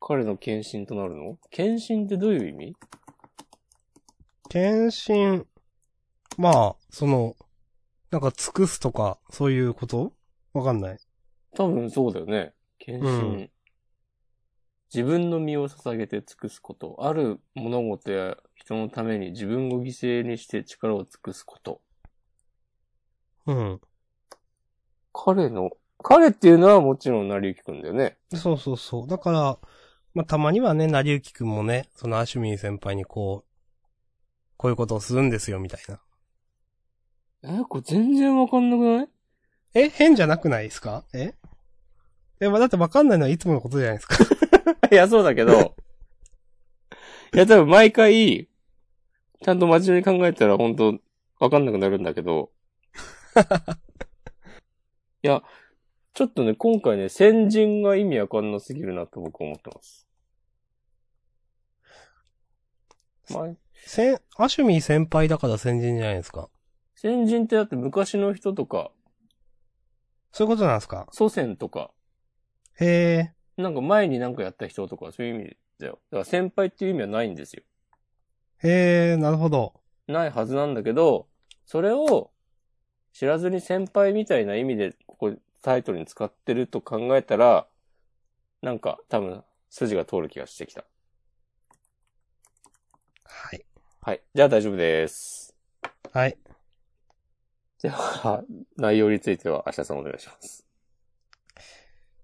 S1: 彼の献身となるの献身ってどういう意味
S2: 検診、まあ、その、なんか尽くすとか、そういうことわかんない。
S1: 多分そうだよね。献身。
S2: うん
S1: 自分の身を捧げて尽くすこと。ある物事や人のために自分を犠牲にして力を尽くすこと。
S2: うん。
S1: 彼の、彼っていうのはもちろん成り行きくんだよね。
S2: そうそうそう。だから、まあ、たまにはね、なりゆきくんもね、そのアシュミー先輩にこう、こういうことをするんですよ、みたいな。
S1: え、これ全然わかんなくない
S2: え、変じゃなくないですかええ、まあ、だってわかんないのはいつものことじゃないですか。
S1: いや、そうだけ ど。いや、多分毎回、ちゃんと真面目に考えたら本当わかんなくなるんだけ ど。いや、ちょっとね、今回ね、先人が意味わかんなすぎるなと僕は思ってます。まあ
S2: せん、アシュミー先輩だから先人じゃないですか。
S1: 先人ってだって昔の人とか、
S2: そういうことなんですか
S1: 祖先とか、
S2: へえ。
S1: なんか前になんかやった人とか、そういう意味だよ。だから先輩っていう意味はないんですよ。
S2: へえ、なるほど。
S1: ないはずなんだけど、それを知らずに先輩みたいな意味でここタイトルに使ってると考えたら、なんか多分筋が通る気がしてきた。
S2: はい。
S1: はい。じゃあ大丈夫です。
S2: はい。
S1: では、内容については明日さんお願いします。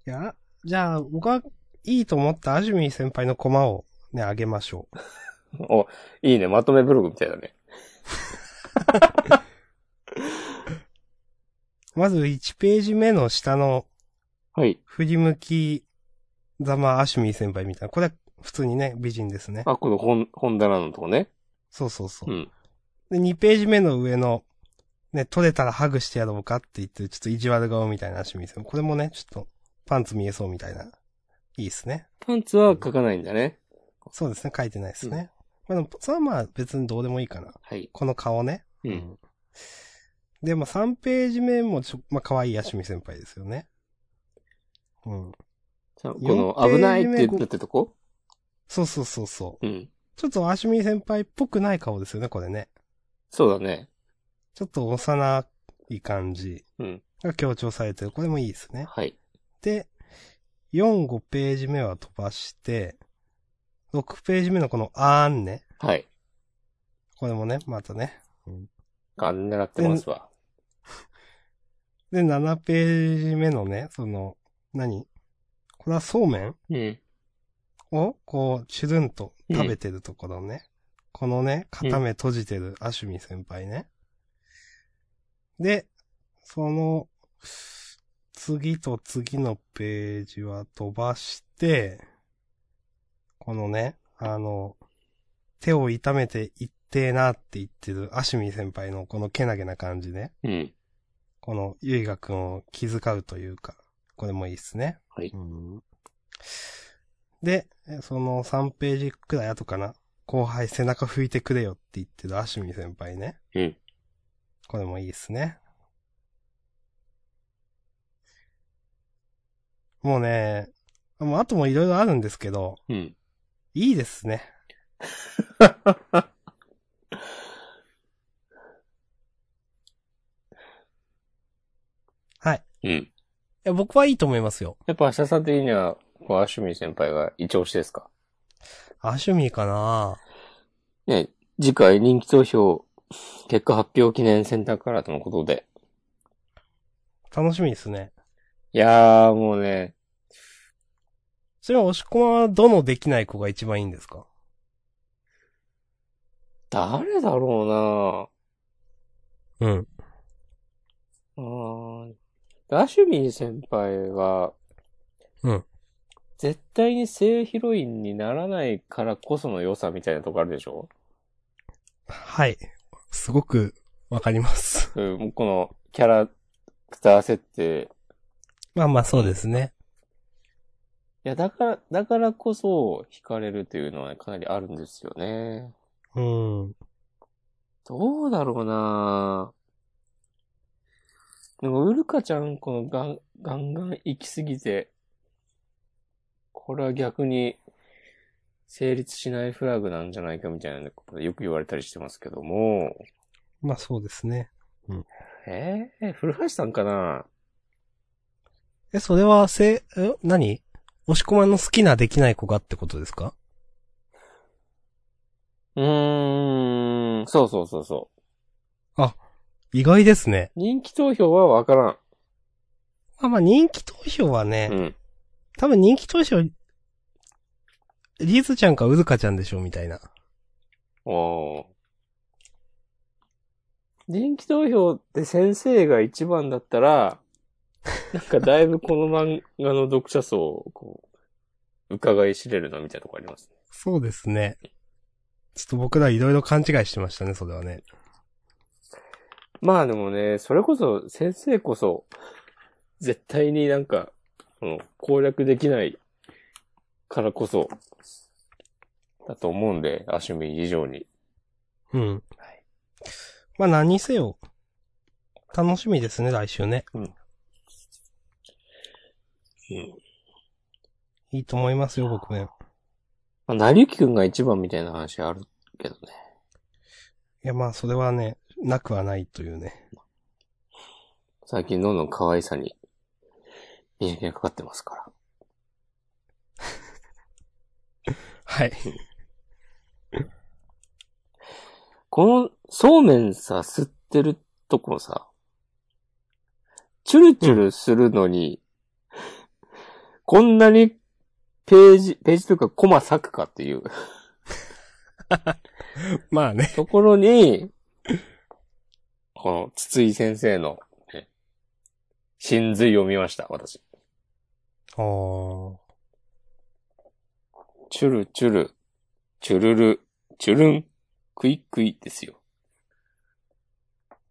S2: いや、じゃあ、僕がいいと思ったアジュミー先輩のコマをね、あげましょう。
S1: お、いいね。まとめブログみたいだね。
S2: まず1ページ目の下の
S1: はい。
S2: 振り向きざまアシュミー先輩みたいな。これは普通にね、美人ですね。
S1: あ、この本、本棚のとこね。
S2: そうそうそう
S1: う。ん。
S2: で、2ページ目の上の、ね、取れたらハグしてやろうかって言ってる、ちょっと意地悪顔みたいなアシュミー先輩。これもね、ちょっとパンツ見えそうみたいな。いいですね。
S1: パンツは書かないんだね。
S2: そうですね、書いてないですね。まあでも、それはまあ別にどうでもいいかな。
S1: はい。
S2: この顔ね。
S1: うん。
S2: で、まあ、3ページ目もちょ、まあ、可愛いヤシミ先輩ですよね。うん。
S1: さこの、危ないって言ったってとこ
S2: そうそうそうそう。
S1: うん。
S2: ちょっとアシミ先輩っぽくない顔ですよね、これね。
S1: そうだね。
S2: ちょっと幼い感じ
S1: うん。
S2: が強調されてる。これもいいですね。
S1: はい。
S2: で、4、5ページ目は飛ばして、6ページ目のこのあーんね。
S1: はい。
S2: これもね、またね。
S1: ガン狙ってますわ。
S2: で、7ページ目のね、その、何これはそうめん
S1: うん。
S2: を、こう、チュルンと食べてるところね。このね、片目閉じてるアシュミ先輩ね。で、その、次と次のページは飛ばして、このね、あの、手を痛めていってえなって言ってるアシュミ先輩のこのけなげな感じね。
S1: うん。
S2: この、ゆいがくんを気遣うというか、これもいいっすね。
S1: はい
S2: うんで、えその3ページくらい後かな。後輩背中拭いてくれよって言ってるアシュミ先輩ね。
S1: うん。
S2: これもいいっすね。もうね、もうあともいろいろあるんですけど、
S1: うん。
S2: いいですね。はい。
S1: うん。
S2: いや、僕はいいと思いますよ。
S1: やっぱ、明日さん的には、こう、アシュミー先輩が一押しですか
S2: アシュミーかな
S1: ね、次回人気投票、結果発表記念センターカラーとのことで。
S2: 楽しみですね。
S1: いやー、もうね、
S2: それは押し込まはどのできない子が一番いいんですか
S1: 誰だろ
S2: うん。
S1: うなぁ。うーん。アシュミー先輩は、
S2: うん。
S1: 絶対に正ヒロインにならないからこその良さみたいなとこあるでしょ
S2: はい。すごくわかります。
S1: うん、このキャラクター設定。
S2: まあまあそうですね。
S1: いや、だから、だからこそ惹かれるというのはね、かなりあるんですよね。
S2: うん。
S1: どうだろうなぁでも、ウルカちゃん、このガン、ガンガン行きすぎて、これは逆に、成立しないフラグなんじゃないかみたいなことよく言われたりしてますけども、
S2: まあそうですね。
S1: えー、古橋さんかな
S2: え、それは、せ、え、何押し込まの好きなできない子がってことですか
S1: うーん、そうそうそうそ
S2: 意外ですね。
S1: う。人気投票はわから
S2: まあまあ人気投票はね、
S1: ん。うん。
S2: 多分人気投票、リーズちゃんかウズカちゃんでしょみたいな。
S1: おー人気投票で先生が一番だったら、なんかだいぶこの漫画の読者層を、こう、伺い知れるなみたいなとこありますね。
S2: そうですね。ちょっと僕らいろいろ勘違いしてましたね、それはね。
S1: まあでもね、それこそ先生こそ、絶対になんか、この攻略できないからこそ、だと思うんで、アシュミ以上に。
S2: うん。まあ何せよ、楽しみですね、来週ね。
S1: うん。
S2: いいと思いますよ、僕ね。
S1: まあ、成りくんが一番みたいな話あるけどね。
S2: いやまあそれはね、なくはないというね。
S1: 最近どんどん可愛さに磨きがかかってますから。
S2: はい。
S1: このそうめんさ、吸ってるところさ、チュルチュルするのに、こんなにページ、ページというかコマ割くかっていう
S2: まあね。
S1: ところに、この筒井先生の、ね、真髄を見ました、私。
S2: あー。
S1: チュルチュル、チュルル、チュルン、クイクイですよ。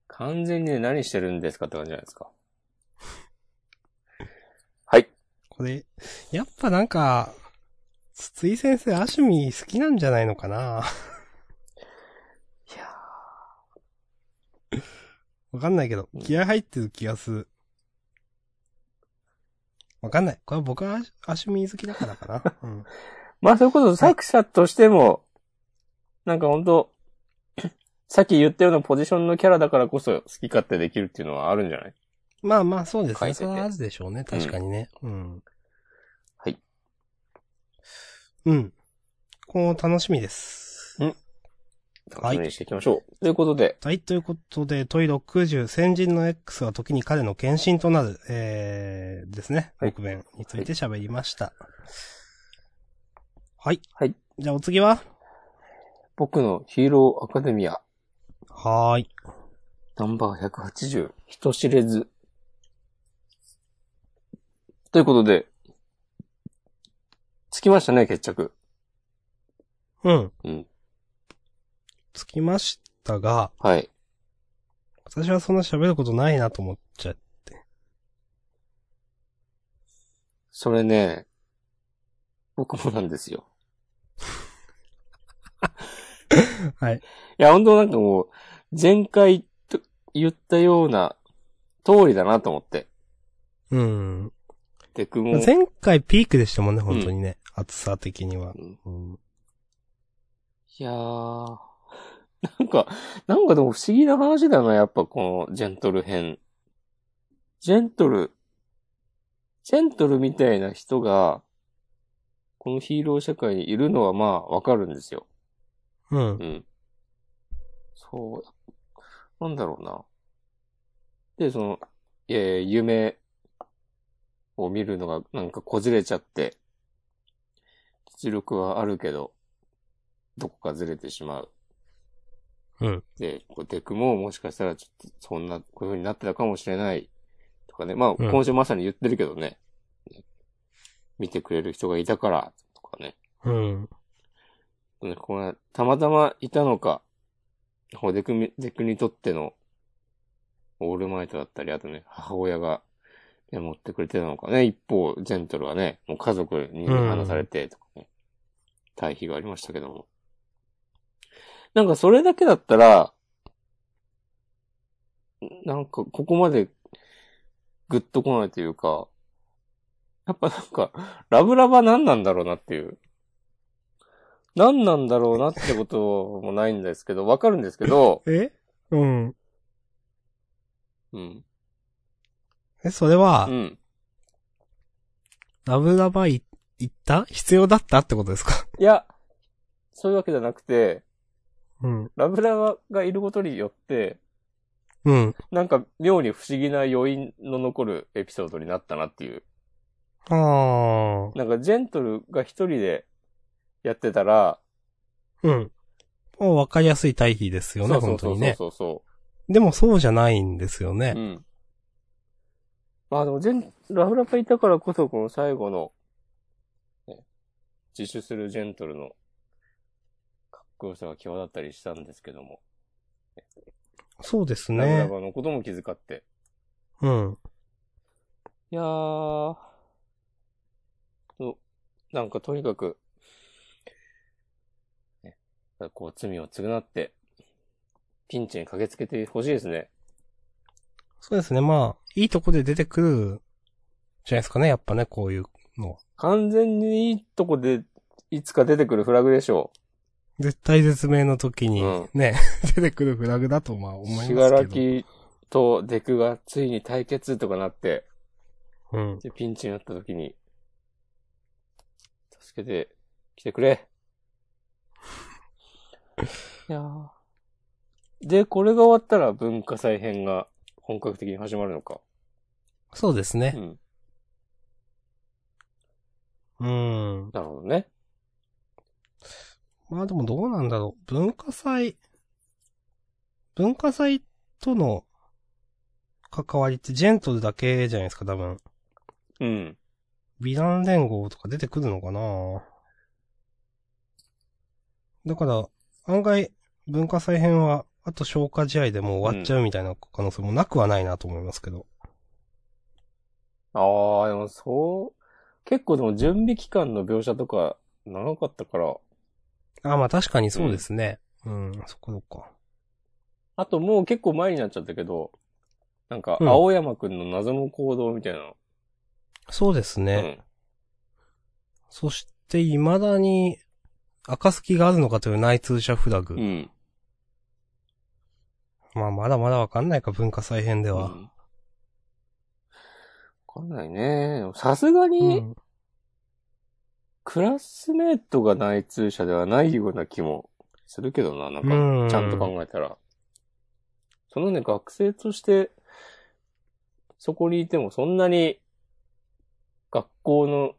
S1: 完全にね、何してるんですかって感じじゃない ですか。はい。
S2: これ、やっぱなんか、筒井先生、アシュミ好きなんじゃないのかな
S1: いや
S2: わかんないけど、気合入ってる気がする。わかんない。これは僕はアシュミ好きだからか な。うん。
S1: まあ、それこそ作者としても、なんかほんと、 さっき言ったようなポジションのキャラだからこそ好き勝手できるっていうのはあるんじゃない
S2: まあまあ、そうです
S1: 書い
S2: ね。
S1: てて
S2: それはあるでしょうね。確かにね。うん。
S1: はい。
S2: うん。こう、楽しみです。
S1: 楽しみにしていきましょう。ということで、
S2: はい、ということで、問い60、先人の X は時に彼の献身となる、えー、ですね。
S1: はい
S2: 僕弁について喋りました。はい。
S1: はい。
S2: じゃあお次は
S1: 僕のヒーローアカデミア
S2: はーい。
S1: ナンバー180、人知れず。ということで、つきましたね、決着。
S2: うん。
S1: うん。
S2: つきましたが、
S1: はい。
S2: 私はそんな喋ることないなと思っちゃう。
S1: それね、僕もなんです よ。
S2: はい。
S1: いや、本当なんかもう、前回と言ったような通りだなと思って。
S2: うん。
S1: デクも、
S2: 前回ピークでしたもんね、本当にね。暑さ的には。
S1: うん
S2: うん
S1: いやー、なんか、なんかでも不思議な話だな、やっぱこのジェントル編。ジェントル、ジェントルみたいな人が、このヒーロー社会にいるのはまあわかるんですよ。
S2: う
S1: う。
S2: ん
S1: ん。そう、なんだろうな。で、その、えー、夢を見るのがなんかこじれちゃって、実力はあるけど、どこかずれてしまう。
S2: うん。
S1: で、こうデクももしかしたらちょっとそんな、こういう風になってたかもしれない。とかね。まあ、
S2: うん
S1: 今週まさに言ってるけどね。見てくれる人がいたから、とかね。
S2: うん。
S1: ねこれ、たまたまいたのか、こうデクミデクにとっての、オールマイトだったり、あとね、母親が、ね、持ってくれてたのかね。一方、ジェントルはね、もう家族に話されて、とかね、対比がありましたけども。なんかそれだけだったら、なんかここまでグッと来ないというか、やっぱなんか、ラブラバ何なんだろうなっていう。何なんだろうなってこともないんですけど、わかるんですけど、
S2: えうん。
S1: うん。
S2: え、それは
S1: う、ん。
S2: ラブラバい、行った必要だったってことですか
S1: いや、そういうわけじゃなくて、
S2: うん。
S1: ラブラバがいることによって、
S2: うん。
S1: なんか妙に不思議な余韻の残るエピソードになったなっていう。
S2: あー。
S1: なんかジェントルが一人でやってたら、
S2: うん。もうわかりやすい対比ですよね、
S1: そう
S2: 本当
S1: そう
S2: に
S1: そう
S2: ね。
S1: そうそ
S2: でもそうじゃないんですよ
S1: う、
S2: ね
S1: う。ん。まあでもジェン、ラブラバいたからこそこの最後の、ね、自首するジェントルのかっこよさが際立ったりしたんですけども。
S2: そうです
S1: ラブラ
S2: ね。
S1: バのことも気遣って。
S2: うん。
S1: いやー、そうなんかとにかく、ね、こう罪を償って、ピンチに駆けつけてほしいですね。
S2: そうですね。まあ、いいとこで出てくる、じゃないですかね、やっぱね、こういうのは。
S1: 完全にいいとこで、いつか出てくるフラグでしょ
S2: 絶対絶命の時に
S1: うん、
S2: ね、 出てくるフラグだと、まあ思
S1: う。
S2: いま
S1: し
S2: すけ
S1: が
S2: ど。
S1: らきとデクがついに対決とかなって、
S2: うん。
S1: でピンチになった時に、助けて来てく れ。いやーで、これが終わったら文化祭編が本格的に始まるのか。
S2: そうです
S1: う
S2: ね。
S1: ん。
S2: うん。
S1: なるほどね。
S2: まあでもどうなんだろう。文化祭、文化祭との関わりってジェントルだけじゃないですか、多分。
S1: うん。
S2: ヴィラン連合とか出てくるのかなだから、案外、文化祭編は、あと消化試合でもう終わっちゃうみたいな可能性もなくはないなと思いますけど。
S1: ああ、でもそう、結構でも準備期間の描写とか長かったから、
S2: ああ、まあ確かにそうですね。うん、そこどか。
S1: あともう結構前になっちゃったけど、なんか、
S2: うん
S1: 青山くんの謎の行動みたいなの。
S2: そうですね。
S1: うん。
S2: そして、未だに、暁があるのかという内通者フラグ。
S1: うん。
S2: まあ、まだまだわかんないか、文化再編で
S1: うんわ
S2: は。
S1: かんないね。でもさすが
S2: う
S1: に、
S2: ん。
S1: クラスメートが内通者ではないような気もするけどな、なん
S2: う
S1: か、
S2: ん
S1: ちゃんと考えたら。そのね、学生として、そこにいてもそんなに、学校の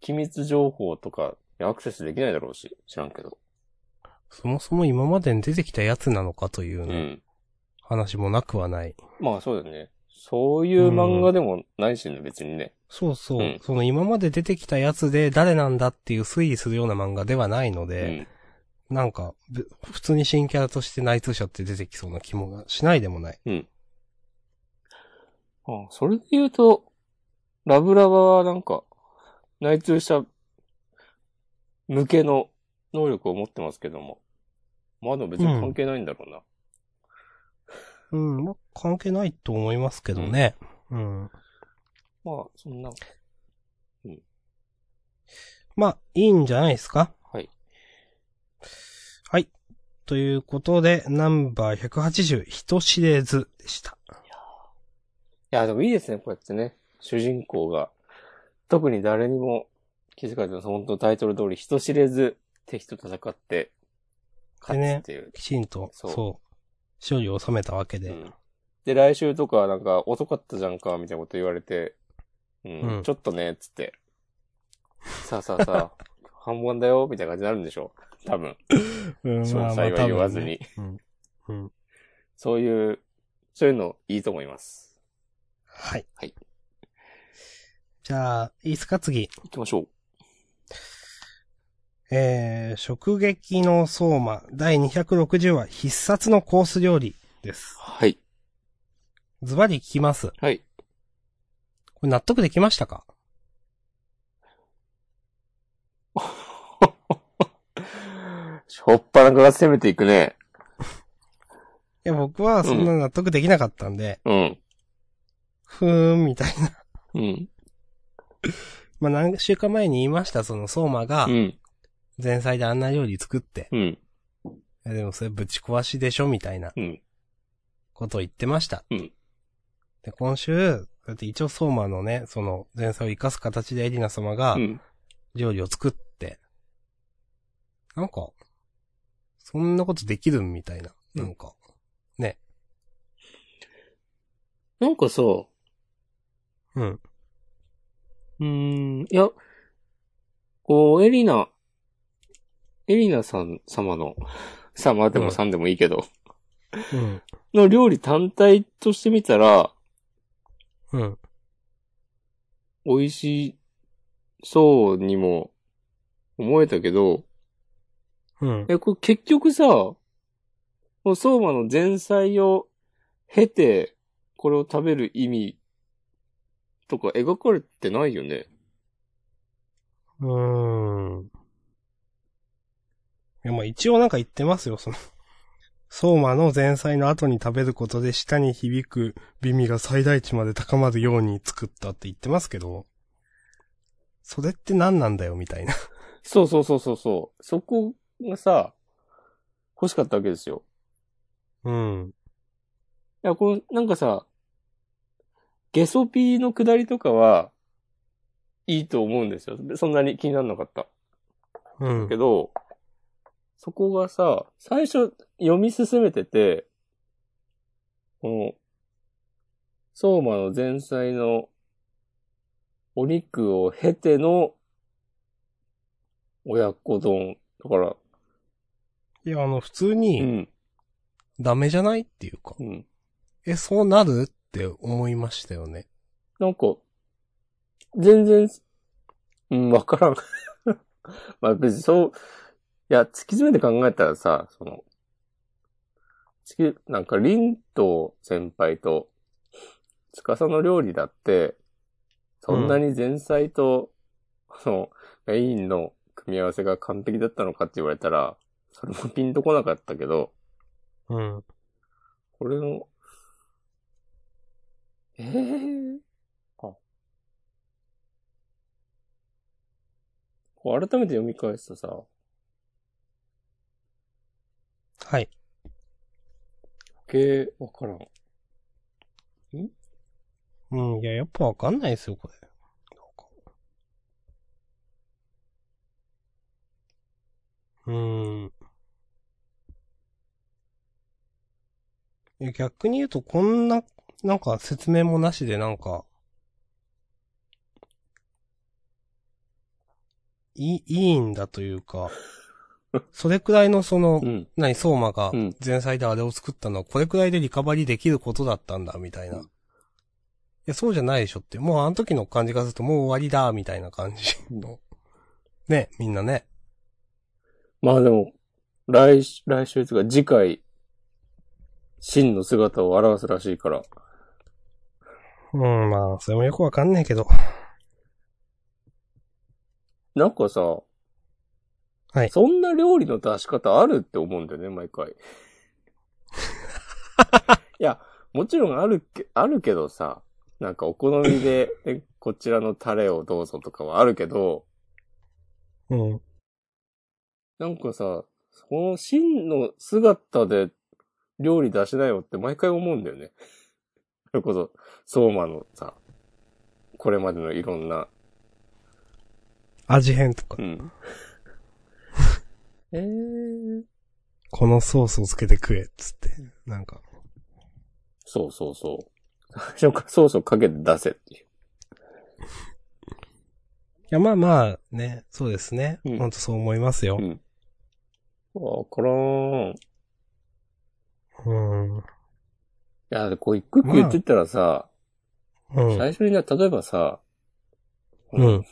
S1: 機密情報とかにアクセスできないだろうし、知らんけど。
S2: そもそも今までに出てきたやつなのかといううね、
S1: ん。
S2: 話もなくはない。
S1: まあそうだよね。そういう漫画でもないしね、別にね。
S2: そうそう。
S1: うん
S2: その今まで出てきたやつで誰なんだっていう推理するような漫画ではないの
S1: う
S2: で、
S1: ん。
S2: なんか、ぶ普通に新キャラとして内通者って出てきそうな気もしないでもない。
S1: あそれで言うと、ラブラバはなんか、内通者向けの能力を持ってますけども。まあでも別に関係ないんだろうな。
S2: うん、まあ、関係ないと思いますけどね。うん。
S1: まあ、そんな
S2: まあ、いいんじゃないですか
S1: はい。
S2: はい。ということで、ナンバー180、人知れずでした。
S1: いや、でもいいですね、こうやってね。主人公が、特に誰にも気づかず、本当タイトル通り人知れず敵と戦って、勝つっていう。
S2: きちんと、そ
S1: そうう、
S2: 勝利を収めたわけで。
S1: うんで、来週とか、なんか、遅かったじゃんか、みたいなこと言われて、うん、
S2: うん
S1: ちょっとね、つって。さあさあさあ、 半分だよ、みたいな感じになるんでしょ多分。
S2: うん
S1: 詳細は言わずに。。
S2: まあまあ多分ねうん。うん。
S1: そういう、そういうのいいと思います。
S2: はい。
S1: はい。
S2: じゃあ、いいですか、次。
S1: 行きましょう。
S2: えー、食撃の相馬、第260話、必殺のコース料理です。
S1: はい。
S2: ズバリ聞きます。
S1: はい。
S2: これ納得できましたか
S1: しょっぱなから攻めていくね。
S2: いや、僕はそんな納得できなかったんで、
S1: うん。
S2: ふーん、みたいな。
S1: うん。
S2: まあ、何週間前に言いました、その相馬が
S1: う、ん。
S2: 前菜であんな料理作って、
S1: うん。
S2: いやでもそれぶち壊しでしょ、みたいな
S1: うん。
S2: ことを言ってました。
S1: うん
S2: で、今週、だって一応相馬のね、その前菜を生かす形でエリナ様が
S1: う、ん。
S2: 料理を作って、なんか、そんなことできるんみたいな。
S1: うん
S2: なんか、
S1: なんかさ、う
S2: うん。
S1: ーん、いや、こう、エリナ、エリナさん様の、 様でもさんでもいいけど、
S2: うん。
S1: の料理単体として見たら、
S2: うん。
S1: 美味しそうにも思えたけど、
S2: うん。
S1: え、これ結局さ、この相馬の前菜を経て、これを食べる意味とか描かれてないよね。
S2: うーん。いや、まあ一応なんか言ってますよ、その。相馬の前菜の後に食べることで舌に響く美味が最大値まで高まるように作ったって言ってますけど、それって何なんだよ、みたいな。
S1: そうそうそうそうそう。そこがさ、欲しかったわけですよ。
S2: うん。
S1: いや、この、なんかさ、ゲソピーの下りとかは、いいと思うんですよ。そんなに気にならなかった。
S2: うん
S1: け。ど、そこがさ、最初読み進めてて、この、相馬の前菜のお肉を経ての親子丼。だから、
S2: いや、あの、普通
S1: う
S2: に
S1: ん、
S2: ダメじゃないっていうか
S1: う、ん。
S2: え、そうなるって思いましたよね。
S1: なんか、全然、うん、わからん。 まあ別にそう、いや、突き詰めて考えたらさ、その、突き、なんか、凛と先輩と、司の料理だって、そんなに前菜と、その、メインの組み合わせが完璧だったのかって言われたら、それもピンとこなかったけど、
S2: うん。
S1: これの、ええあ。こう改めて読み返すとさ、
S2: はい。
S1: 余計わからん。
S2: うん、いや、やっぱわかんないですよ、これ。なんかうーん。いや、逆に言うと、こんな、なんか説明もなしで、なんか、いい、いいんだというか、それくらいのその、
S1: うん。
S2: 何、相馬が
S1: うん
S2: 前菜であれを作ったのはこれくらいでリカバリーできることだったんだ、みたいな。
S1: うん
S2: いや、そうじゃないでしょって。もうあの時の感じがするともう終わりだ、みたいな感じの。ね、みんなね。
S1: まあでも、来し、来週というか次回、真の姿を表すらしいから、
S2: うん、まあ、それもよくわかんないけど。
S1: なんかさ、
S2: はい
S1: そんな料理の出し方あるって思うんだよね、毎 回。いや、もちろんあるけ、あるけどさ、なんかお好みで、でこちらのタレをどうぞとかはあるけど、
S2: うん。
S1: なんかさ、その真の姿で料理出しなよって毎回思うんだよね。それこそ、相馬のさ、これまでのいろんな。
S2: 味変とか、
S1: うん。えー、
S2: このソースをつけて食え、っつって。なんか、
S1: そうそうそう。最初からソースをかけて出せっていう。
S2: いや、まあまあ、ね、そうですね。
S1: うん
S2: ほんとそう思いますよ。
S1: わからん。い
S2: うん。うん。
S1: や、こう一個一個言ってったらさ、最初にね、例えばさ、
S2: うん。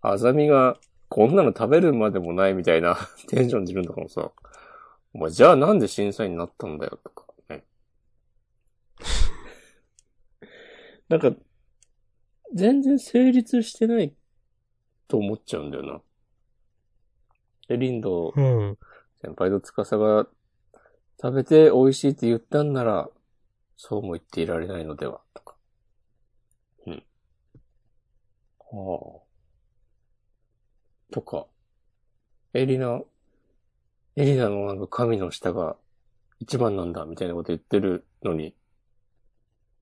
S1: あざみが、こんなの食べるまでもないみたいな テンションでいるんだからさ、お前じゃあなんで審査員になったんだよとか、ね。 なんか、全然成立してないと思っちゃうんだよな。で、リンド
S2: うん。
S1: 先輩と司が食べて美味しいって言ったんなら、そうも言っていられないのでは、とか。うん。はあ。とか、エリナ、エリナのなんか神の舌が一番なんだ、みたいなこと言ってるのに、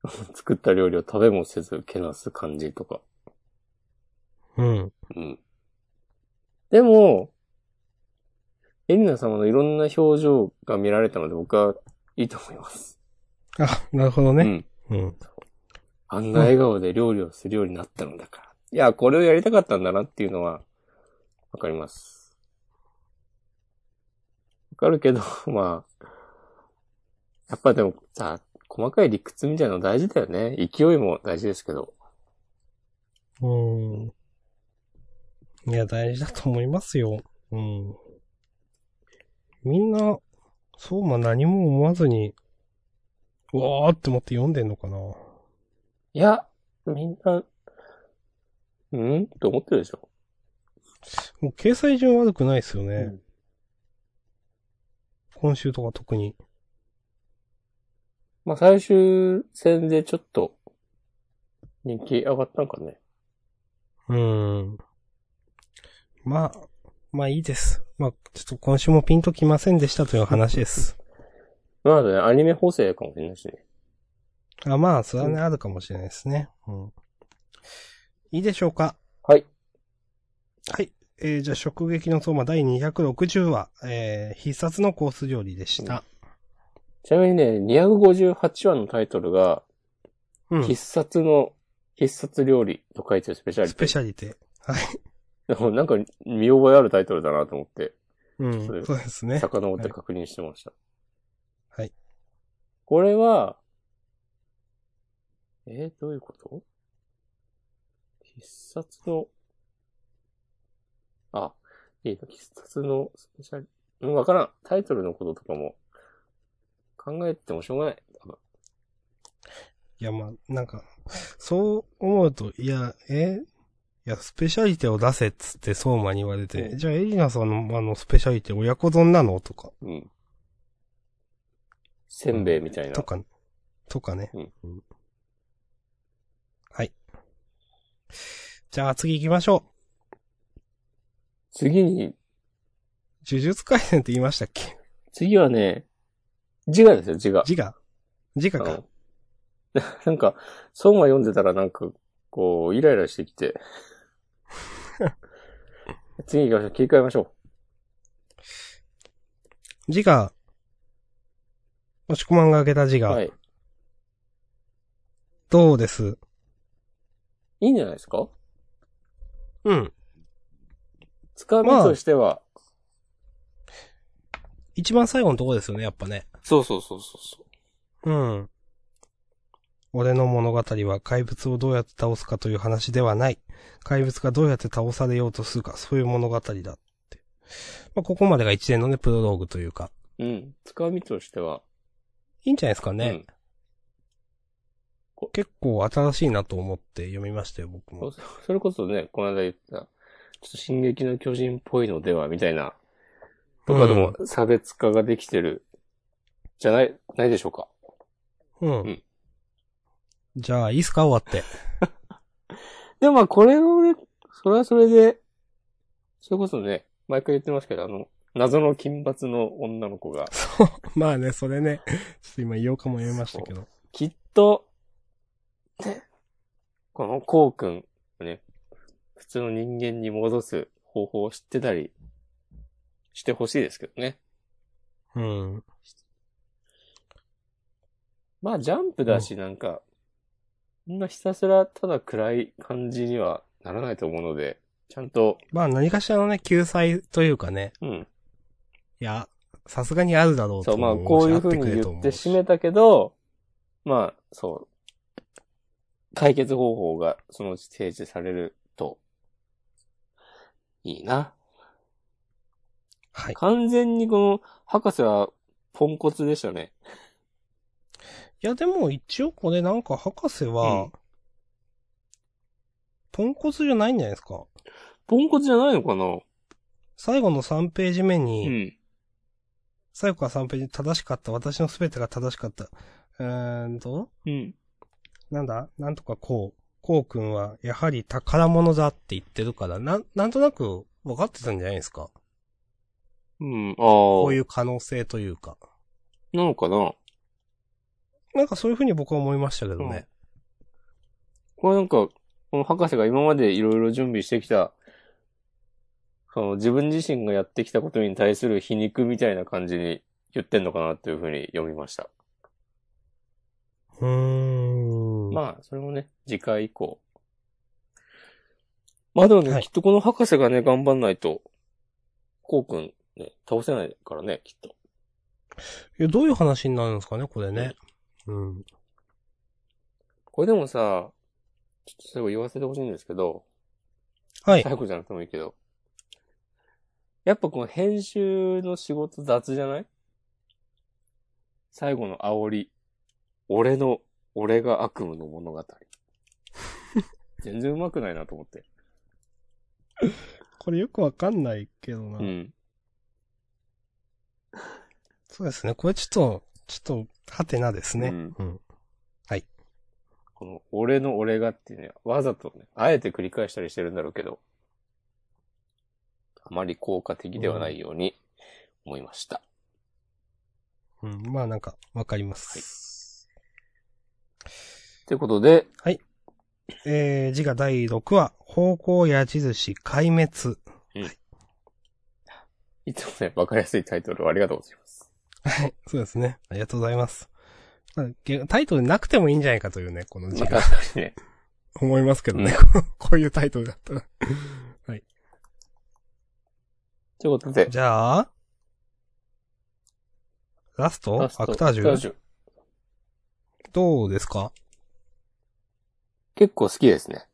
S1: 作った料理を食べもせず、けなす感じとか。
S2: うん。
S1: うん。でも、エリナ様のいろんな表情が見られたので僕はいいと思います。
S2: あ、なるほど
S1: う
S2: ね。
S1: ん。
S2: うん。
S1: あんな笑顔で料理をするようになったのだから。いや、これをやりたかったんだなっていうのは、わかります。わかるけど、 まあ、やっぱでもさ、細かい理屈みたいなの大事だよね。勢いも大事ですけど。
S2: うん。いや、大事だと思いますよ。うん。みんな、そうま何も思わずに、うわーって思って読んでんのかな。
S1: いや、みんな、うんと思ってるでしょ。
S2: もう掲載順悪くないですよね。
S1: うん
S2: 今週とか特に。
S1: まあ、最終戦でちょっと、人気上がったんかね。
S2: うん。まあ、まあいいです。まあ、ちょっと今週もピンときませんでしたという話です。
S1: まあね、アニメ補正かもしれないしね。
S2: あまあ、それはね、あるかもしれないですね。うん。いいでしょうか
S1: はい。
S2: はい。えーじゃあ、食撃の相馬第260話、えー必殺のコース料理でした。
S1: ちなみにね、258話のタイトルが、
S2: うん。
S1: 必殺の、必殺料理と書いてるスペシャリ
S2: スペ
S1: テ
S2: シャリティ。はい。
S1: ィ。なんか、見覚えあるタイトルだなと思って、
S2: うん。
S1: そうです
S2: そうですね。
S1: 遡って確認してました。
S2: はい。
S1: これは、えー、どういうこと必殺の、あ、いいな、必殺のスペシャル、うん、わからん。タイトルのこととかも、考えてもしょうがない。多分
S2: いや、まあ、なんか、そう思うと、いや、えいや、スペシャリティを出せっつって相馬に言われて、
S1: うん
S2: じゃあエリナさんのあのスペシャリティ親子丼なのとか、
S1: うん。せんべいみたいな。
S2: とか、とかね。
S1: うん
S2: うんはい。じゃあ次行きましょう。
S1: 次に、
S2: 呪術回戦って言いましたっけ
S1: 次はね、自我ですよ、自我。
S2: 字が字が
S1: う
S2: か
S1: ん。 なんか、ソンが読んでたらなんか、こう、イライラしてきて。 次行きましょう。切り替えましょ
S2: 字が、押し込まんが開けた字
S1: う。
S2: が、
S1: はい。
S2: どうです
S1: いいんじゃないですか
S2: うん。
S1: つかみとしては。
S2: 一番最後のとこですよね、やっぱね。
S1: そうそうそうそうそ
S2: うん。俺の物語は怪物をどうやって倒すかという話ではない。怪物がどうやって倒されようとするか、そういう物語だって。まあ、ここまでが一連のね、プロローグというか。
S1: う。うん。つかみとしては。
S2: いいんじゃないですかね。
S1: うん
S2: 結構新しいなと思って読みましたよ、僕も。
S1: そそれこそね、この間言った、ちょっと進撃の巨人っぽいのでは、みたいな、とかでも差別化ができてる、じゃない、ないでしょうか。
S2: うん。
S1: うん
S2: じゃあ、いいっすか終わって。
S1: でもまあこれをね、それはそれで、それこそね、毎回言ってますけど、あの、謎の金髪の女の子が、
S2: そう。まあね、それね。ちょっと今言おうかも言いましたけど。
S1: きっと、ねこのコウ君をね、普通の人間に戻す方法を知ってたりしてほしいですけどね。
S2: うん。
S1: まあ、ジャンプだし、なんか、そんなひたすらただ暗い感じにはならないと思うので、ちゃんと、
S2: まあ何かしらのね、救済というかね。
S1: うん。
S2: いや、さすがにあるだろう
S1: そ
S2: と
S1: う、
S2: 思
S1: まあ、こういう風に
S2: し
S1: 言って
S2: あくれと
S1: 締めたけど、まあ、そう。解決方法がそのうち提示されると、いいな。
S2: はい。
S1: 完全にこの、博士は、ポンコツでしたね。
S2: いや、でも一応これなんか博士は、
S1: うん
S2: ポンコツじゃないんじゃないですか。
S1: ポンコツじゃないのかな
S2: 最後の3ページ目に、
S1: うん。
S2: 最後から3ページ正しかった、私の全てが正しかった。うーんと、
S1: うん。
S2: なんだなんとかこう。こうくんは、やはり宝物だって言ってるから、なん、なんとなく分かってたんじゃないですか。
S1: うん、ああ。
S2: こ
S1: こ
S2: ういう可能性というか。
S1: なのかな
S2: なんかそういうふうに僕は思いましたけどね。
S1: これなんか、この博士が今までいろいろ準備してきた、その自分自身がやってきたことに対する皮肉みたいな感じに言ってんのかなっていうふうに読みました。
S2: うーん。
S1: まあ、それもね、次回以降。まあでもね、
S2: はい
S1: きっとこの博士がね、頑張んないと、こうくん、ね、倒せないからね、きっと。
S2: いやどういう話になるんですかね、これね。うん。
S1: これでもさ、ちょっと最後言わせてほしいんですけど、
S2: はい。
S1: 最後じゃなくてもいいけど。やっぱこの編集の仕事雑じゃない最後の煽り。俺の、俺が悪夢の物 語。全然上手くないなと思って。
S2: これよくわかんないけどな
S1: うん。
S2: そうですね。これちょっと、ちょっと、はてなですね。
S1: うん
S2: うん。
S1: この、俺の俺がっていうね、わざとね、あえて繰り返したりしてるんだろうけど、あまり効果的ではないように思いました。
S2: うん。まあなんか、わかります。
S1: ということで、
S2: えー、字が第6話、方向矢印壊滅。
S1: いつもね、わかりやすいタイトルをありがとうございます。
S2: はい。 そうですね。ありがとうございます。まあげタイトルなくてもいいんじゃないかというね、この字
S1: まあ
S2: が。
S1: 確かにね。
S2: 思いますけどね。 こういうタイトルだったら。
S1: ということで、
S2: じゃあ、ラスト
S1: ラスト
S2: アクタージ
S1: アク
S2: ュどうですか
S1: 結構好きですね。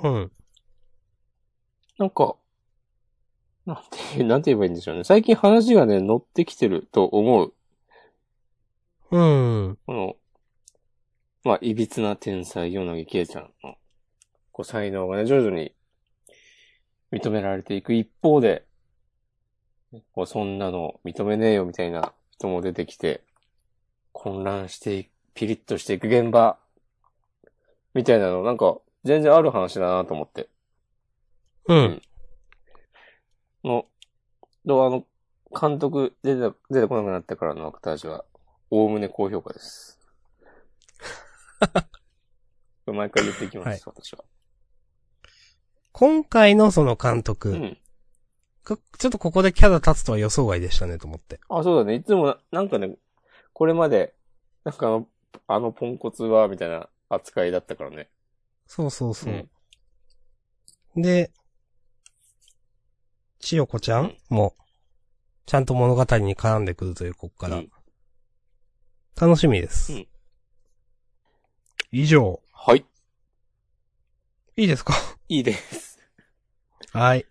S2: うん。
S1: なんか、なんて、なんて言えばいいんでしょうね。最近話がね、乗ってきてると思う。
S2: うん。
S1: この、まあ、いびつな天才、柳恵ちゃんの、こう、才能がね、徐々に認められていく一方で、こう、そんなの認めねえよみたいな人も出てきて、混乱していく、ピリッとしていく現場、みたいなの、なんか、全然ある話だなと思って。
S2: うん。
S1: の、どうあの、監督出てた、出てこなくなってからのアクタージュは、おおむね高評価 です。これ毎回言ってきます、
S2: はい
S1: 私は。
S2: 今回のその監
S1: う
S2: 督、
S1: ん。
S2: こちょっとここでキャラ立つとは予想外でしたねと思って。
S1: あ、そうだね。いつもな、なんかね、これまで、なんかあの、あのポンコツは、みたいな扱いだったからね。
S2: そうそうそう。で、千代子ちゃんも、ちゃんと物語に絡んでくるという、こっから。
S1: うん
S2: 楽しみです。
S1: うん
S2: 以上。
S1: はい。
S2: いいで すか
S1: いいです。
S2: はい。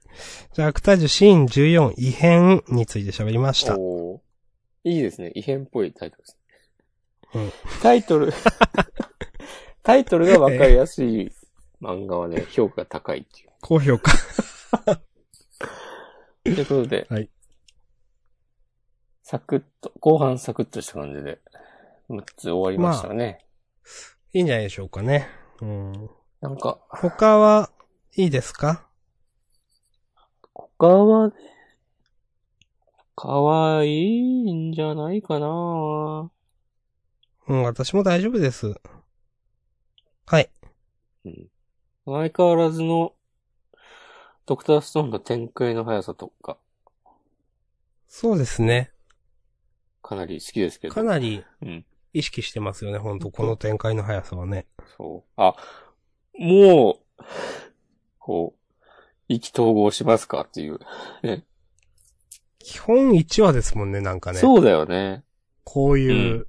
S2: じゃあ、アクタージュシーン14異変について喋りま した。
S1: おーいいですね。異変っぽいタイトルですね。
S2: うん
S1: タイ トル、タイトルがわかりやすい漫画はね、評価が高いっていう。
S2: 高評価。
S1: ということで、
S2: はい
S1: サクッと、後半サクッとした感じで、6つ終わりましたね。
S2: いいんじゃないでしょうかね。うん。
S1: なんか、
S2: 他は、いいですか
S1: 他はね、可愛いんじゃないかな
S2: うん、私も大丈夫です。はい。
S1: 相変わらずの、ドクターストーンの展開の速さとか、
S2: そうですね。
S1: かなり好きですけど。
S2: かなり
S1: うん。
S2: 意識してますよね、ほんと。この展開の速さはね。
S1: そう。あ、もう、こう、意気投合しますかっていう。
S2: 基本1話ですもんね、なんかね。
S1: そうだよね。
S2: こういう、
S1: う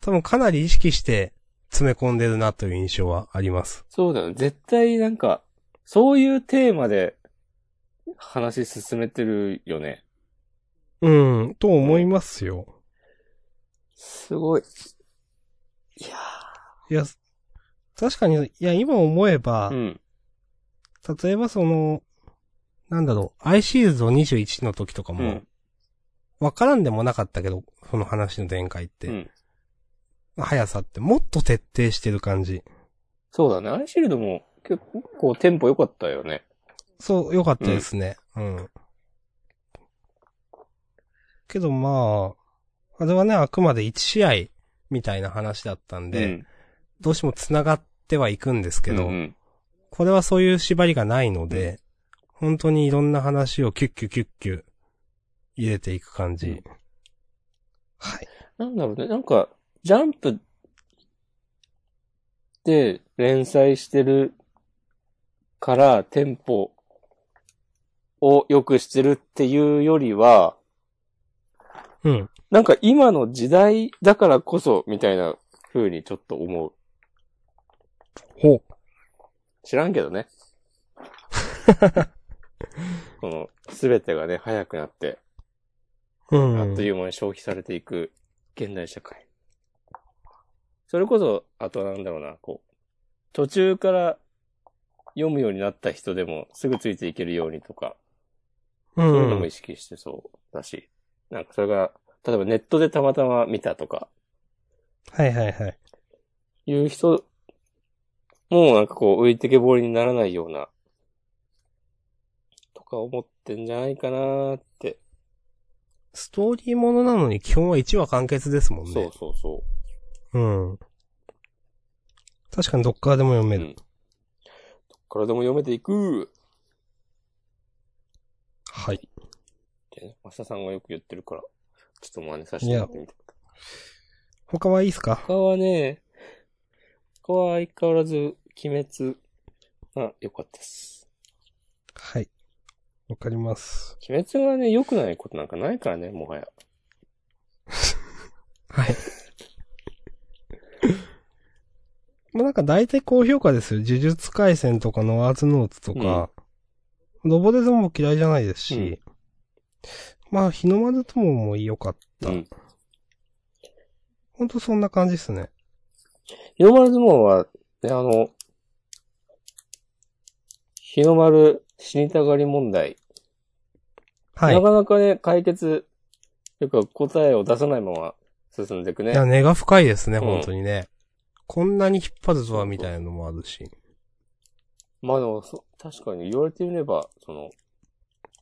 S2: 多分かなり意識して詰め込んでるなという印象はあります。
S1: そうだよね。絶対なんか、そういうテーマで話進めてるよね。
S2: うん、と思いますよ。
S1: すごい。いや
S2: いや、確かに、いや、今思えば、
S1: ーうん。
S2: 例えばその、なんだろう、アイシールド21の時とか
S1: う
S2: も
S1: ん。、
S2: わからんでもなかったけど、その話の展開っ
S1: う
S2: て、
S1: ん。
S2: 速さってもっと徹底してる感じ。
S1: そうだね。アイシールドも結構テンポ良かったよね。
S2: そう、良かったですね。うん。けどまあ、あれはね、あくまで1試合みたいな話だったんで、
S1: うん、
S2: どうしても繋がってはいくんですけど、
S1: うんうん
S2: これはそういう縛りがないので、本当にいろんな話をキュッキュキュッキュ入れていく感じ。
S1: うん
S2: はい。
S1: なんだろうね。なんか、ジャンプで連載してるから、テンポを良くしてるっていうよりは、
S2: うん。
S1: なんか今の時代だからこそ、みたいな風にちょっと思う。
S2: ほう。
S1: 知らんけど ね。この、すべてがね、早くなって、
S2: う
S1: あっ
S2: ん
S1: と。いう間に消費されていく現代社会。それこそ、あとなんだろうな、こう、途中から読むようになった人でもすぐついていけるようにとか、
S2: う
S1: そういうのも
S2: ん
S1: 意。識してそうだし、なんかそれが、例えばネットでたまたま見たとか、
S2: はいはいはい。
S1: いう人、もうなんかこう浮いてけぼりにならないような、とか思ってんじゃないかなーって。
S2: ストーリーものなのに基本は1話完結ですもんね。
S1: そうそうそう。
S2: うん。確かにどっからでも読める。
S1: うんこれでも読めていく
S2: はい。
S1: ってね、マサさんがよく言ってるから、ちょっと真似させてもらってみた。
S2: 他はいいですか
S1: 他はね、他は相変わらず、鬼滅が良かったです。
S2: はい。わかります。
S1: 鬼滅がね、良くないことなんかないからね、もはや。
S2: はい。 まあなんか大体高評価ですよ。呪術回戦とかノアーズノーツとか、ロボデゾンも嫌いじゃないですし、
S1: うん
S2: まあ日の丸ともも良かった。
S1: うん
S2: ほんとそんな感じですね。
S1: 日の丸相撲は、ね、あの、日の丸死にたがり問題。
S2: はい。
S1: なかなかね、解決、というか答えを出さないまま進んでいくね
S2: い。や、根が深いですね、
S1: うん
S2: 本当にね。こんなに引っ張るとは、みたいなのもあるし。
S1: まあでもそ、確かに言われてみれば、その、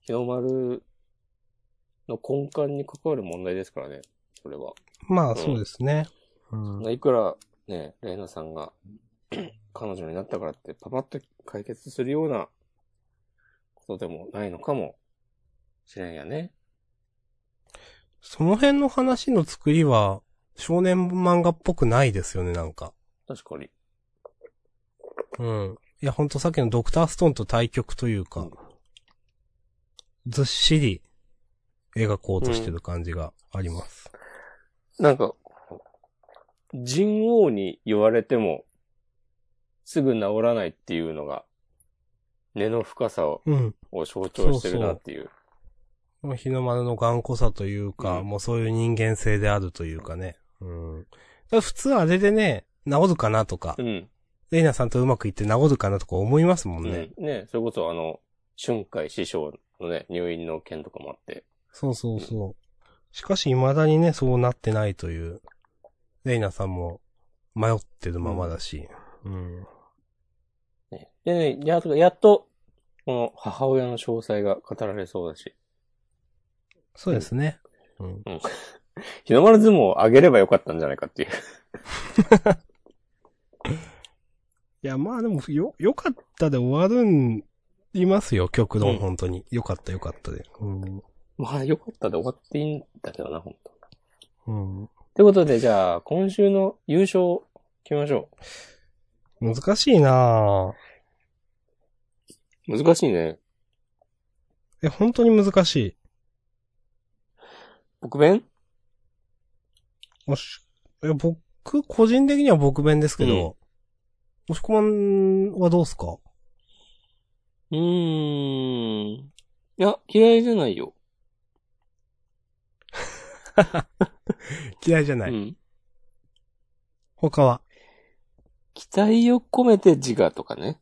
S1: 日の丸の根幹に関わる問題ですからね、それは。
S2: まあ、そうですね。うん。
S1: いくら、ね、レイナさんが、 彼女になったからって、パパッと解決するようなことでもないのかもしれんやね。
S2: その辺の話の作りは、少年漫画っぽくないですよね、なんか。
S1: 確かに。
S2: うん。いや、ほんとさっきのドクターストーンと対局というか、
S1: うん
S2: ずっしり描こうとしてる感じがあります。
S1: なんか、人王に言われても、すぐ治らないっていうのが、根の深さを
S2: うん。
S1: を象徴してるなっていう。
S2: 日の丸の頑固さというか、
S1: うん
S2: もうそういう人間性であるというかね。うん。だから普通あれでね、治るかなとか、
S1: うん。
S2: レイナさんとうまくいって治るかなとか思いますもんね。
S1: うん、ね、それこそあの、春海師匠のね、入院の件とかもあって。
S2: そうそうそう。しかし未だにね、そうなってないという、レイナさんも迷ってるままだし。うん。
S1: ね、でね、やっと、やっと、この母親の詳細が語られそうだし。
S2: そうですね。うん。
S1: 日の丸相撲をあげればよかったんじゃないかっていう。
S2: いや、まあでも、よ、良かったで終わるん、いますよ、極論、
S1: うん
S2: 本当に。良かった、良かったで。うん。
S1: まあ、よかったで終わっていいんだけどな、本当。
S2: うん。
S1: ということで、じゃあ、今週の優勝を決めましょ
S2: 難しいなぁ。
S1: う。難しいね。
S2: え、本当に難しい。
S1: 僕弁
S2: もし、え、僕、個人的には僕弁ですけど、押し込まんはどうすか
S1: うーん。いや、嫌いじゃないよ。
S2: 嫌いじゃな
S1: う
S2: い。
S1: ん。
S2: 他は
S1: 期待を込めて自我とかね。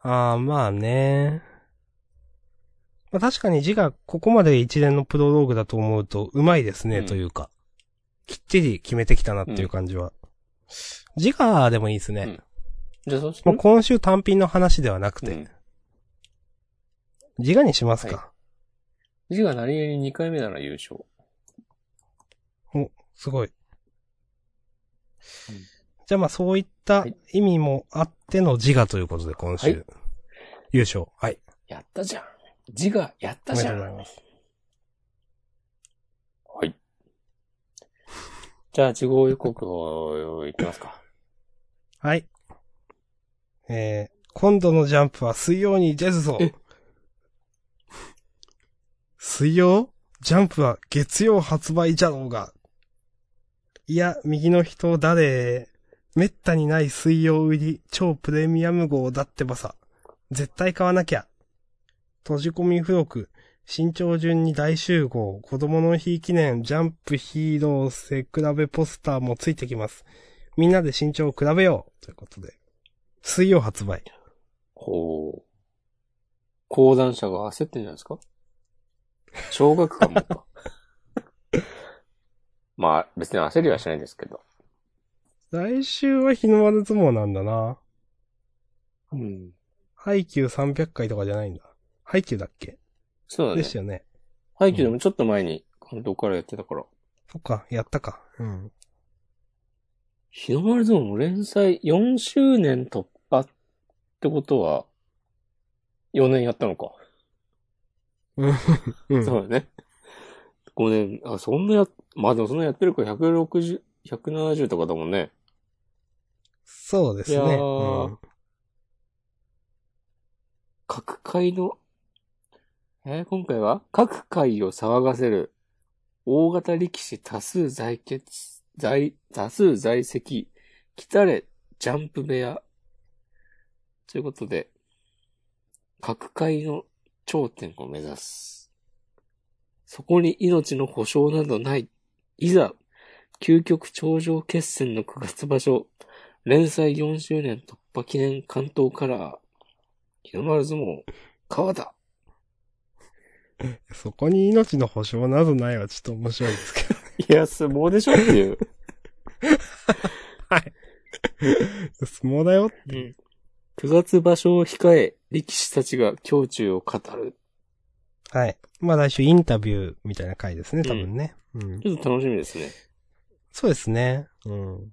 S2: ああ、まあね。まあ確かに字がここまで一連のプロローグだと思うと、うまいですね、
S1: うん
S2: というか。きっちり決めてきたなっていう感じは。字がでもいいですね。
S1: うんじゃあ、そうし
S2: もう今週単品の話ではなく
S1: う
S2: て
S1: ん、
S2: 字がにしますか。
S1: は自我何気に2回目なら優勝。
S2: すごい。じゃあまあそういった
S1: はい
S2: 意味もあっての自我ということで今週。
S1: はい
S2: 優勝。はい。
S1: やったじゃん。自我、やった
S2: おめ
S1: じ
S2: で
S1: ゃ
S2: とうござい
S1: ん。
S2: ます。
S1: はい。じゃあ、地方予告をいきますか。
S2: はい。えー、今度のジャンプは水曜に出るぞ
S1: え
S2: 水曜ジャンプは月曜発売じゃろうが。いや、右の人誰めったにない水曜売り超プレミアム号だってばさ。絶対買わなきゃ。閉じ込み付録、身長順に大集合、子供の日記念、ジャンプヒーロー背比べポスターもついてきます。みんなで身長を比べようということで。水曜発売。
S1: ほう。講談社が焦ってんじゃないですか小学館も か。まあ、別に焦りはしないですけど。
S2: 来週は日の丸相撲なんだな。
S1: うん。
S2: ハイキュー300回とかじゃないんだ。ハイキューだっけ、
S1: そうだね
S2: で。したよね。
S1: ハイキューでもちょっと前に監督からやってたから。
S2: そっか、やったか。うん。
S1: 日の丸相撲も連載4周年突破ってことは、4年やったのか。
S2: うん。
S1: そうだね。5年、あ、そんなや、まあでもそんなやってるから160、170とかだもんね。
S2: そうですね。
S1: いや
S2: う
S1: ー
S2: ん、
S1: 各界の、えー今回は各界を騒がせる大型力士多数在決、在、多数在籍、来たれジャンプ部屋。ということで、各界の頂点を目指す。そこに命の保証などない。いざ、究極頂上決戦の9月場所、連載4周年突破記念関東カラー。日の丸相撲、川田。
S2: そこに命の保証などないはちょっと面白いですけ
S1: い や、相撲でしょっていう。
S2: ど。相撲だよ。
S1: うん。9月場所を控え、力士たちが胸中を語る。
S2: はい。まあ来週インタビューみたいな回ですね、多分ね。うん
S1: ちょっと楽しみですね。
S2: そうですね。うん。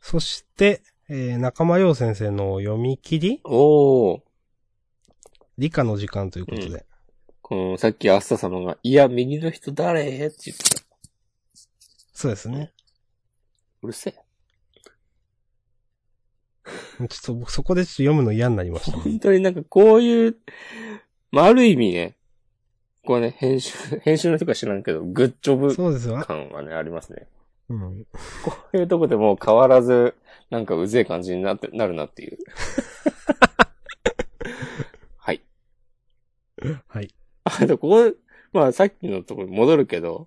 S2: そして、えー中間陽先生の読み切り
S1: おー。
S2: 理科の時間ということで。
S1: この、さっきアスタ様が、いや、右の人誰って言ってた。
S2: そうですね。
S1: うるせえ。
S2: ちょっと僕そこでちょっと読むの嫌になりました。
S1: 本当になんかこういう、まあ、ある意味ね、こうね、編集、 編集の人か知らんけど、グッジョブ
S2: そうですわ。
S1: 感はね、ありますね。
S2: うん。
S1: こういうとこでもう変わらず、なんかうぜえ感じになって、なるなっていう。はい。
S2: はい。
S1: あと、ここ、まあさっきのところに戻るけど、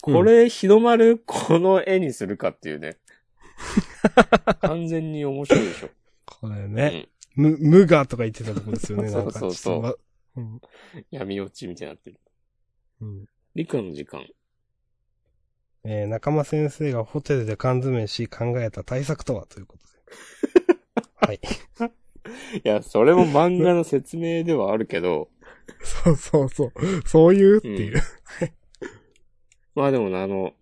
S1: これ、日の丸、この絵にするかっていうね。 完全に面白いでしょ。
S2: これね。む、無我とか言ってたとこですよね。なんか
S1: そうそうそう
S2: ちょっとまうん。
S1: 闇落ちみたいになってる。
S2: うん。
S1: 理科の時間。
S2: えー中間先生がホテルで缶詰し考えた対策とはということで。はい。
S1: いや、それも漫画の説明ではあるけど、
S2: そうそうそう。そういうっていう。
S1: まあでもな、あの、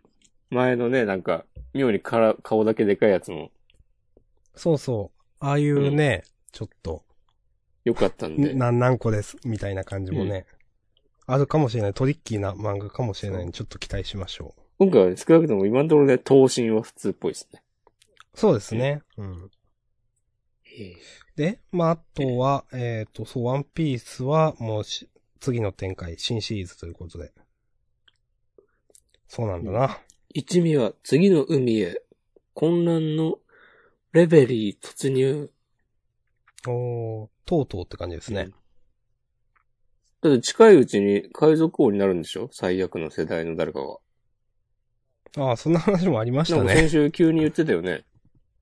S1: 前のね、なんか、妙にから顔だけでかいやつも
S2: そうそう。ああいうね、ちょっと、
S1: 良かったんで。
S2: 何何個です、みたいな感じもね、あるかもしれない。トリッキーな漫画かもしれないんで、ちょっと期待しましょう。
S1: 今回はね少なくとも今のところね、頭身は普通っぽいですね。
S2: そうですね。うん。で、まあ、あとは、えっ、と、そう、ワンピースは、もうし、次の展開、新シリーズということで。そうなんだな。
S1: 一味は次の海へ、混乱のレベリー突入。
S2: おー、とうとうって感じですね。
S1: だって近いうちに海賊王になるんでしょ最悪の世代の誰かが。
S2: ああ、そんな話もありまし
S1: な
S2: た
S1: んか
S2: ね。
S1: 先週急に言ってたよね。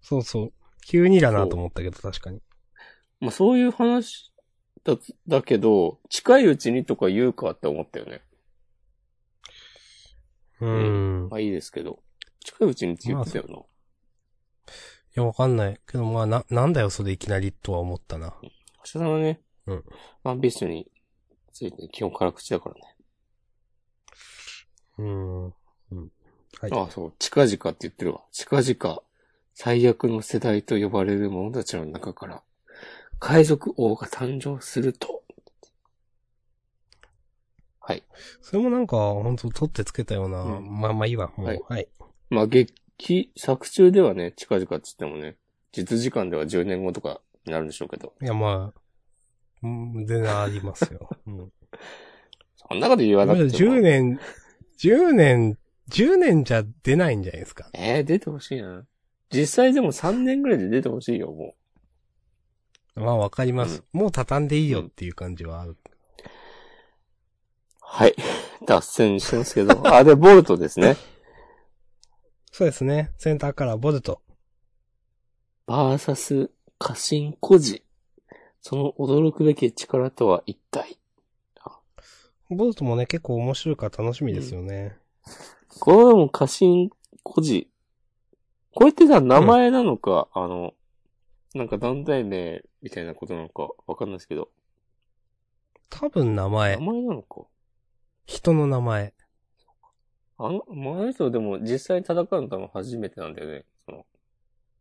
S2: そうそう。急にだなと思ったけど、確かに。
S1: まあそういう話だ、だけど、近いうちにとか言うかって思ったよね。
S2: うーん。
S1: まあいいですけど。近いうちにって言ってたよな。
S2: いや、わかんない。けど、まあ、な、なんだよ、それいきなりとは思ったな。
S1: 橋田さんはね、
S2: うん
S1: ワンピースについて基本辛口だからね。
S2: うーん。うん。はい。
S1: ああ、そう。近々って言ってるわ。近々、最悪の世代と呼ばれる者たちの中から、海賊王が誕生すると。はい。
S2: それもなんか、本当取ってつけたような、
S1: うん
S2: まあまあいいわ、もう。
S1: は
S2: はいい。
S1: まあ、劇、作中ではね、近々って言ってもね、実時間では10年後とかになるんでしょうけど。
S2: いや、まあ、うん、全然あります よ。うん。
S1: そんなこと言わなくても。
S2: 10。年、10年、10年じゃ出ないんじゃないですか。
S1: えー、出てほしいな。実際でも3年ぐらいで出てほしいよ、も
S2: まあわかります。もう畳んでいいよっていう感じはある。
S1: う。はい。 脱線してますけど。あ、で、ボルトですね。
S2: そうですね。センターからボルト。
S1: バーサス過信孤児。その驚くべき力とは一体。
S2: ボルトもね、結構面白いから楽しみですよね。
S1: これはもう過信孤児。これってさ、名前なのか、あの、なんか団体名みたいなことなのかわかんないですけど。
S2: 多分名
S1: 名
S2: 前。
S1: 前なのか。
S2: 人の名前。
S1: あの、まああの人でも実際に戦うの多分初めてなんだよね。その、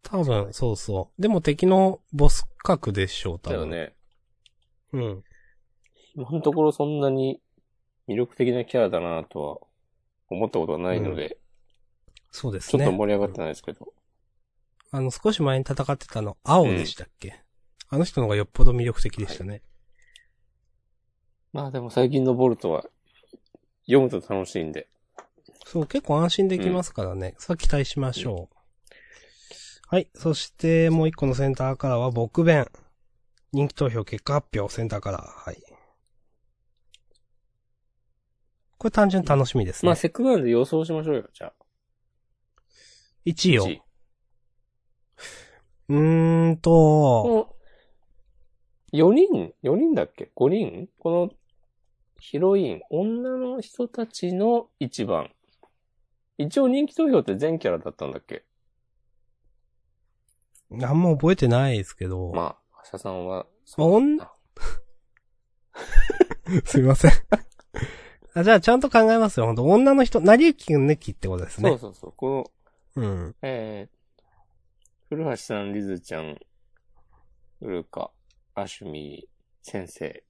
S2: 多分、そうそう。でも敵のボス格でしょう、多
S1: だよ
S2: 分。。
S1: ね。
S2: うん。
S1: 今のところそんなに魅力的なキャラだなとは思ったことはないので、
S2: そうです
S1: ちょ
S2: ね。
S1: っと盛り上がってないですけど。
S2: あの、少し前に戦ってたの、青でしたっけ、あの人の方がよっぽど魅力的でしたね。
S1: まあでも最近のボルトは読むと楽しいんで。
S2: そう、結構安心できますからね。さあ期待しましょう。はい。そして、もう一個のセンターからは、僕弁。人気投票結果発表、センターから。はい。これ単純に楽しみです
S1: ま
S2: ね
S1: あ。せっかくなんで予想しましょうよ、じゃあ。
S2: 1位を。
S1: 1位
S2: うーんと、
S1: この、4人 ?4 人だっけ ?5 人この、ヒロイン、女の人たちの一番。一応人気投票って全キャラだったんだっけ
S2: あんま覚えてないですけど。
S1: まあ、橋田さんは、
S2: まあ、女、すいません。 あじゃあ、ちゃんと考えますよ。本当女の人、成り行き抜きってことです
S1: そう
S2: ね。
S1: そうそう。この、
S2: うん。
S1: えー、古橋さん、リズちゃん、ウルカ、アシュミー、先生。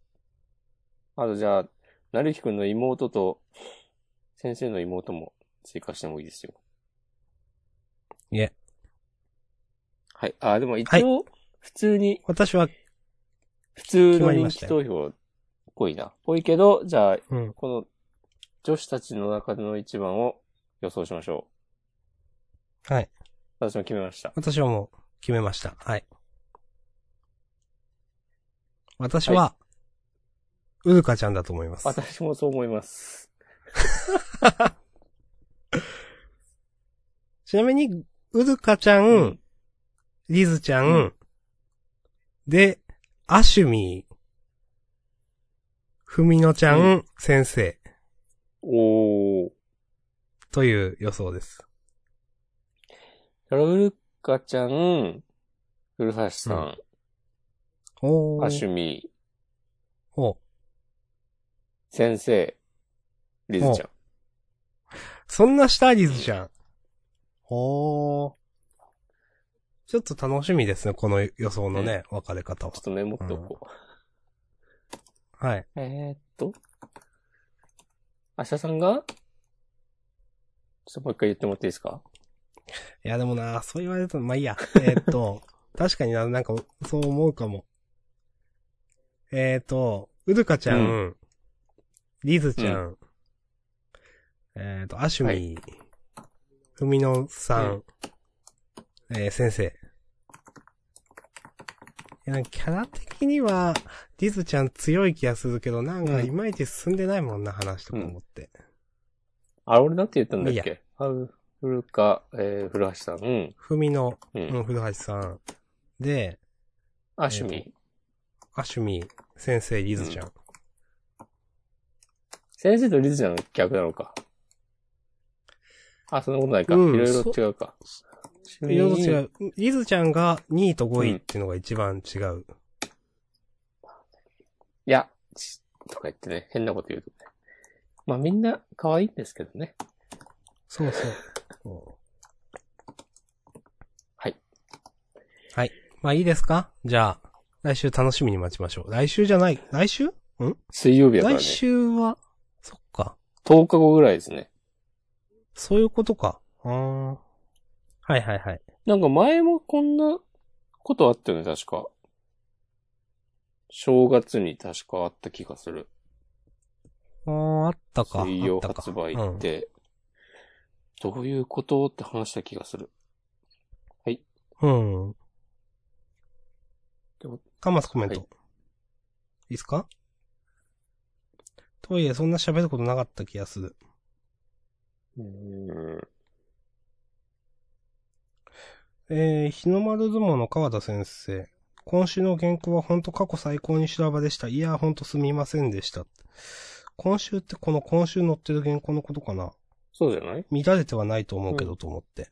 S1: あとじゃあ、なるきくんの妹と、先生の妹も追加してもいいですよ。
S2: いえ。
S1: はい。あ、でも一
S2: はい
S1: 応、普通に、
S2: 私は、
S1: 普通
S2: 決
S1: の
S2: まり
S1: 人
S2: まし
S1: 気
S2: た
S1: 投票っぽいな。っぽいけど、じゃあ、
S2: うん。
S1: この女子たちの中の一番を予想しましょう。
S2: はい。
S1: 私も決めました。
S2: 私はもう、決めました。はい。私は、うるかちゃんだと思います。
S1: 私もそう思います。
S2: ちなみに、うるかちゃん、
S1: うん
S2: リズちゃん、
S1: うん
S2: で、アシュミー、ふみのちゃん、
S1: う
S2: 先生、
S1: おー。
S2: という予想です。
S1: ラウルカちゃん、古橋さん、
S2: お
S1: ハシ
S2: ー。
S1: ュミ
S2: お
S1: ー、先生、リズちゃん。
S2: そんなスターリーズじゃん。おー。ちょっと楽しみですね、この予想のね、分かれ方は
S1: ちょっ。とメモっとこ
S2: はい。
S1: う。えー、っと。明日さんがちょっともう一回言ってもらっていいですか
S2: いや、でもな、そう言われると、まあいい や。えーっと、確かにな、なんか、そう思うかも。えーっと、うるかちゃん、
S1: う
S2: リズちゃん、
S1: う
S2: えーっと、アシュミ
S1: は
S2: ー、ふみのさん、えー先生。いや、なんかキャラ的には、リズちゃん強い気がするけど、なんか、
S1: うん
S2: いまいち進んでないもんな、話とか思って。
S1: あれ、俺なんて言ったんだっ
S2: いいや
S1: けあ、う古川、えー、古橋さん、うん、
S2: ふみの、
S1: う。
S2: うんん、古橋さん。で、
S1: あ、趣味。
S2: アシュミー、先生、リズちゃん。
S1: 先生とリズちゃんの逆なのか。あ、そんなことないか。い
S2: うん
S1: ろいろ違うか。
S2: いろいろ
S1: 趣味
S2: 違う。リズちゃんが2位と5位っていうのが一番違う。
S1: いや、ちとか言ってね、変なこと言うとね。まあみんな可愛いんですけどね。
S2: そう そう。
S1: はい。
S2: はい。まあいいですかじゃあ、来週楽しみに待ちましょう。来週じゃない。来週
S1: 水曜日だからね。
S2: 来週は、そっか。
S1: 10日後ぐらいですね。
S2: そういうことか。あーはいはいはい。
S1: なんか前もこんなことあったよね、確か。正月に確かあった気がする。
S2: あーあったか。
S1: 水曜
S2: あったか
S1: 発売
S2: うん
S1: って、どういうことって話した気がする。
S2: うん
S1: でも。
S2: かますコメント。、
S1: はい
S2: いですかとはいえ、そんな喋ることなかった気がする。
S1: うん。
S2: えー、日の丸相撲の川田先生。今週の原稿はほんと過去最高に修羅場でした。いやーほんとすみませんでした。今週ってこの今週載ってる原稿のことかな
S1: そうじゃない
S2: 乱れてはないと思うけどと思って。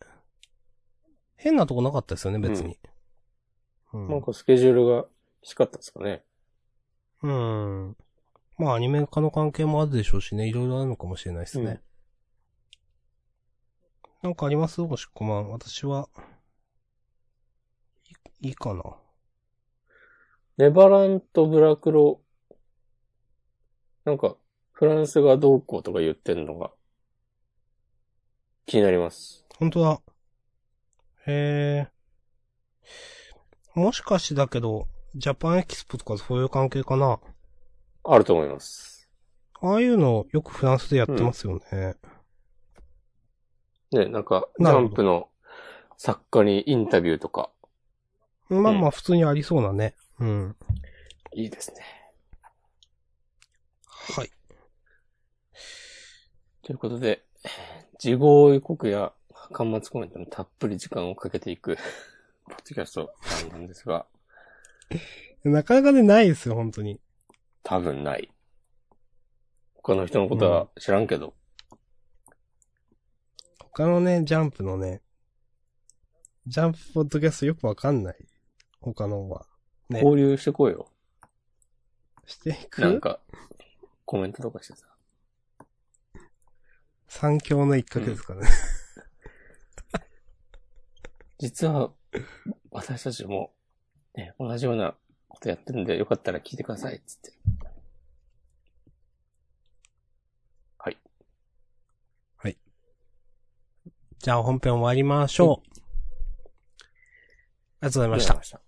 S2: 変なとこなかったですよね、別に。うん
S1: なんかスケジュールがしかったですかね。
S2: うん。まあ、アニメ化の関係もあるでしょうしね、いろいろあるのかもしれないですね。なんかありますおしっこまん。私は、いいいかな。
S1: ネバランとブラクロ、なんか、フランスがどうこうとか言ってんのが、気になります。
S2: 本当だ。へえ。もしかしてだけど、ジャパンエキスポとかそういう関係かな。
S1: あると思います。
S2: ああいうのよくフランスでやってますよね。
S1: ね、なんか、ジ
S2: なる
S1: ャ
S2: ほ
S1: ン
S2: ど
S1: プの作家にインタビューとか、
S2: まあまあ、普通にありそうなね。うん。
S1: いいですね。
S2: はい。
S1: ということで、事後予告や巻末コメントにたっぷり時間をかけていく、ポッドキャストなんですが、
S2: なかなかね、ないですよ、本当に。
S1: 多分ない。他の人のことは知らんけど、
S2: 他のね、ジャンプのね、ジャンプポッドキャストよくわかんない。他のは。ね
S1: 交流してこいよ。
S2: してい
S1: なん
S2: く
S1: か、コメントとかしてさ。
S2: 三強の一角ですからね。
S1: 実は、私たちも、ね、同じようなことやってるんで、よかったら聞いてください、つって。
S2: じゃあ本編終わりましょう。ありがとうございました。
S1: した。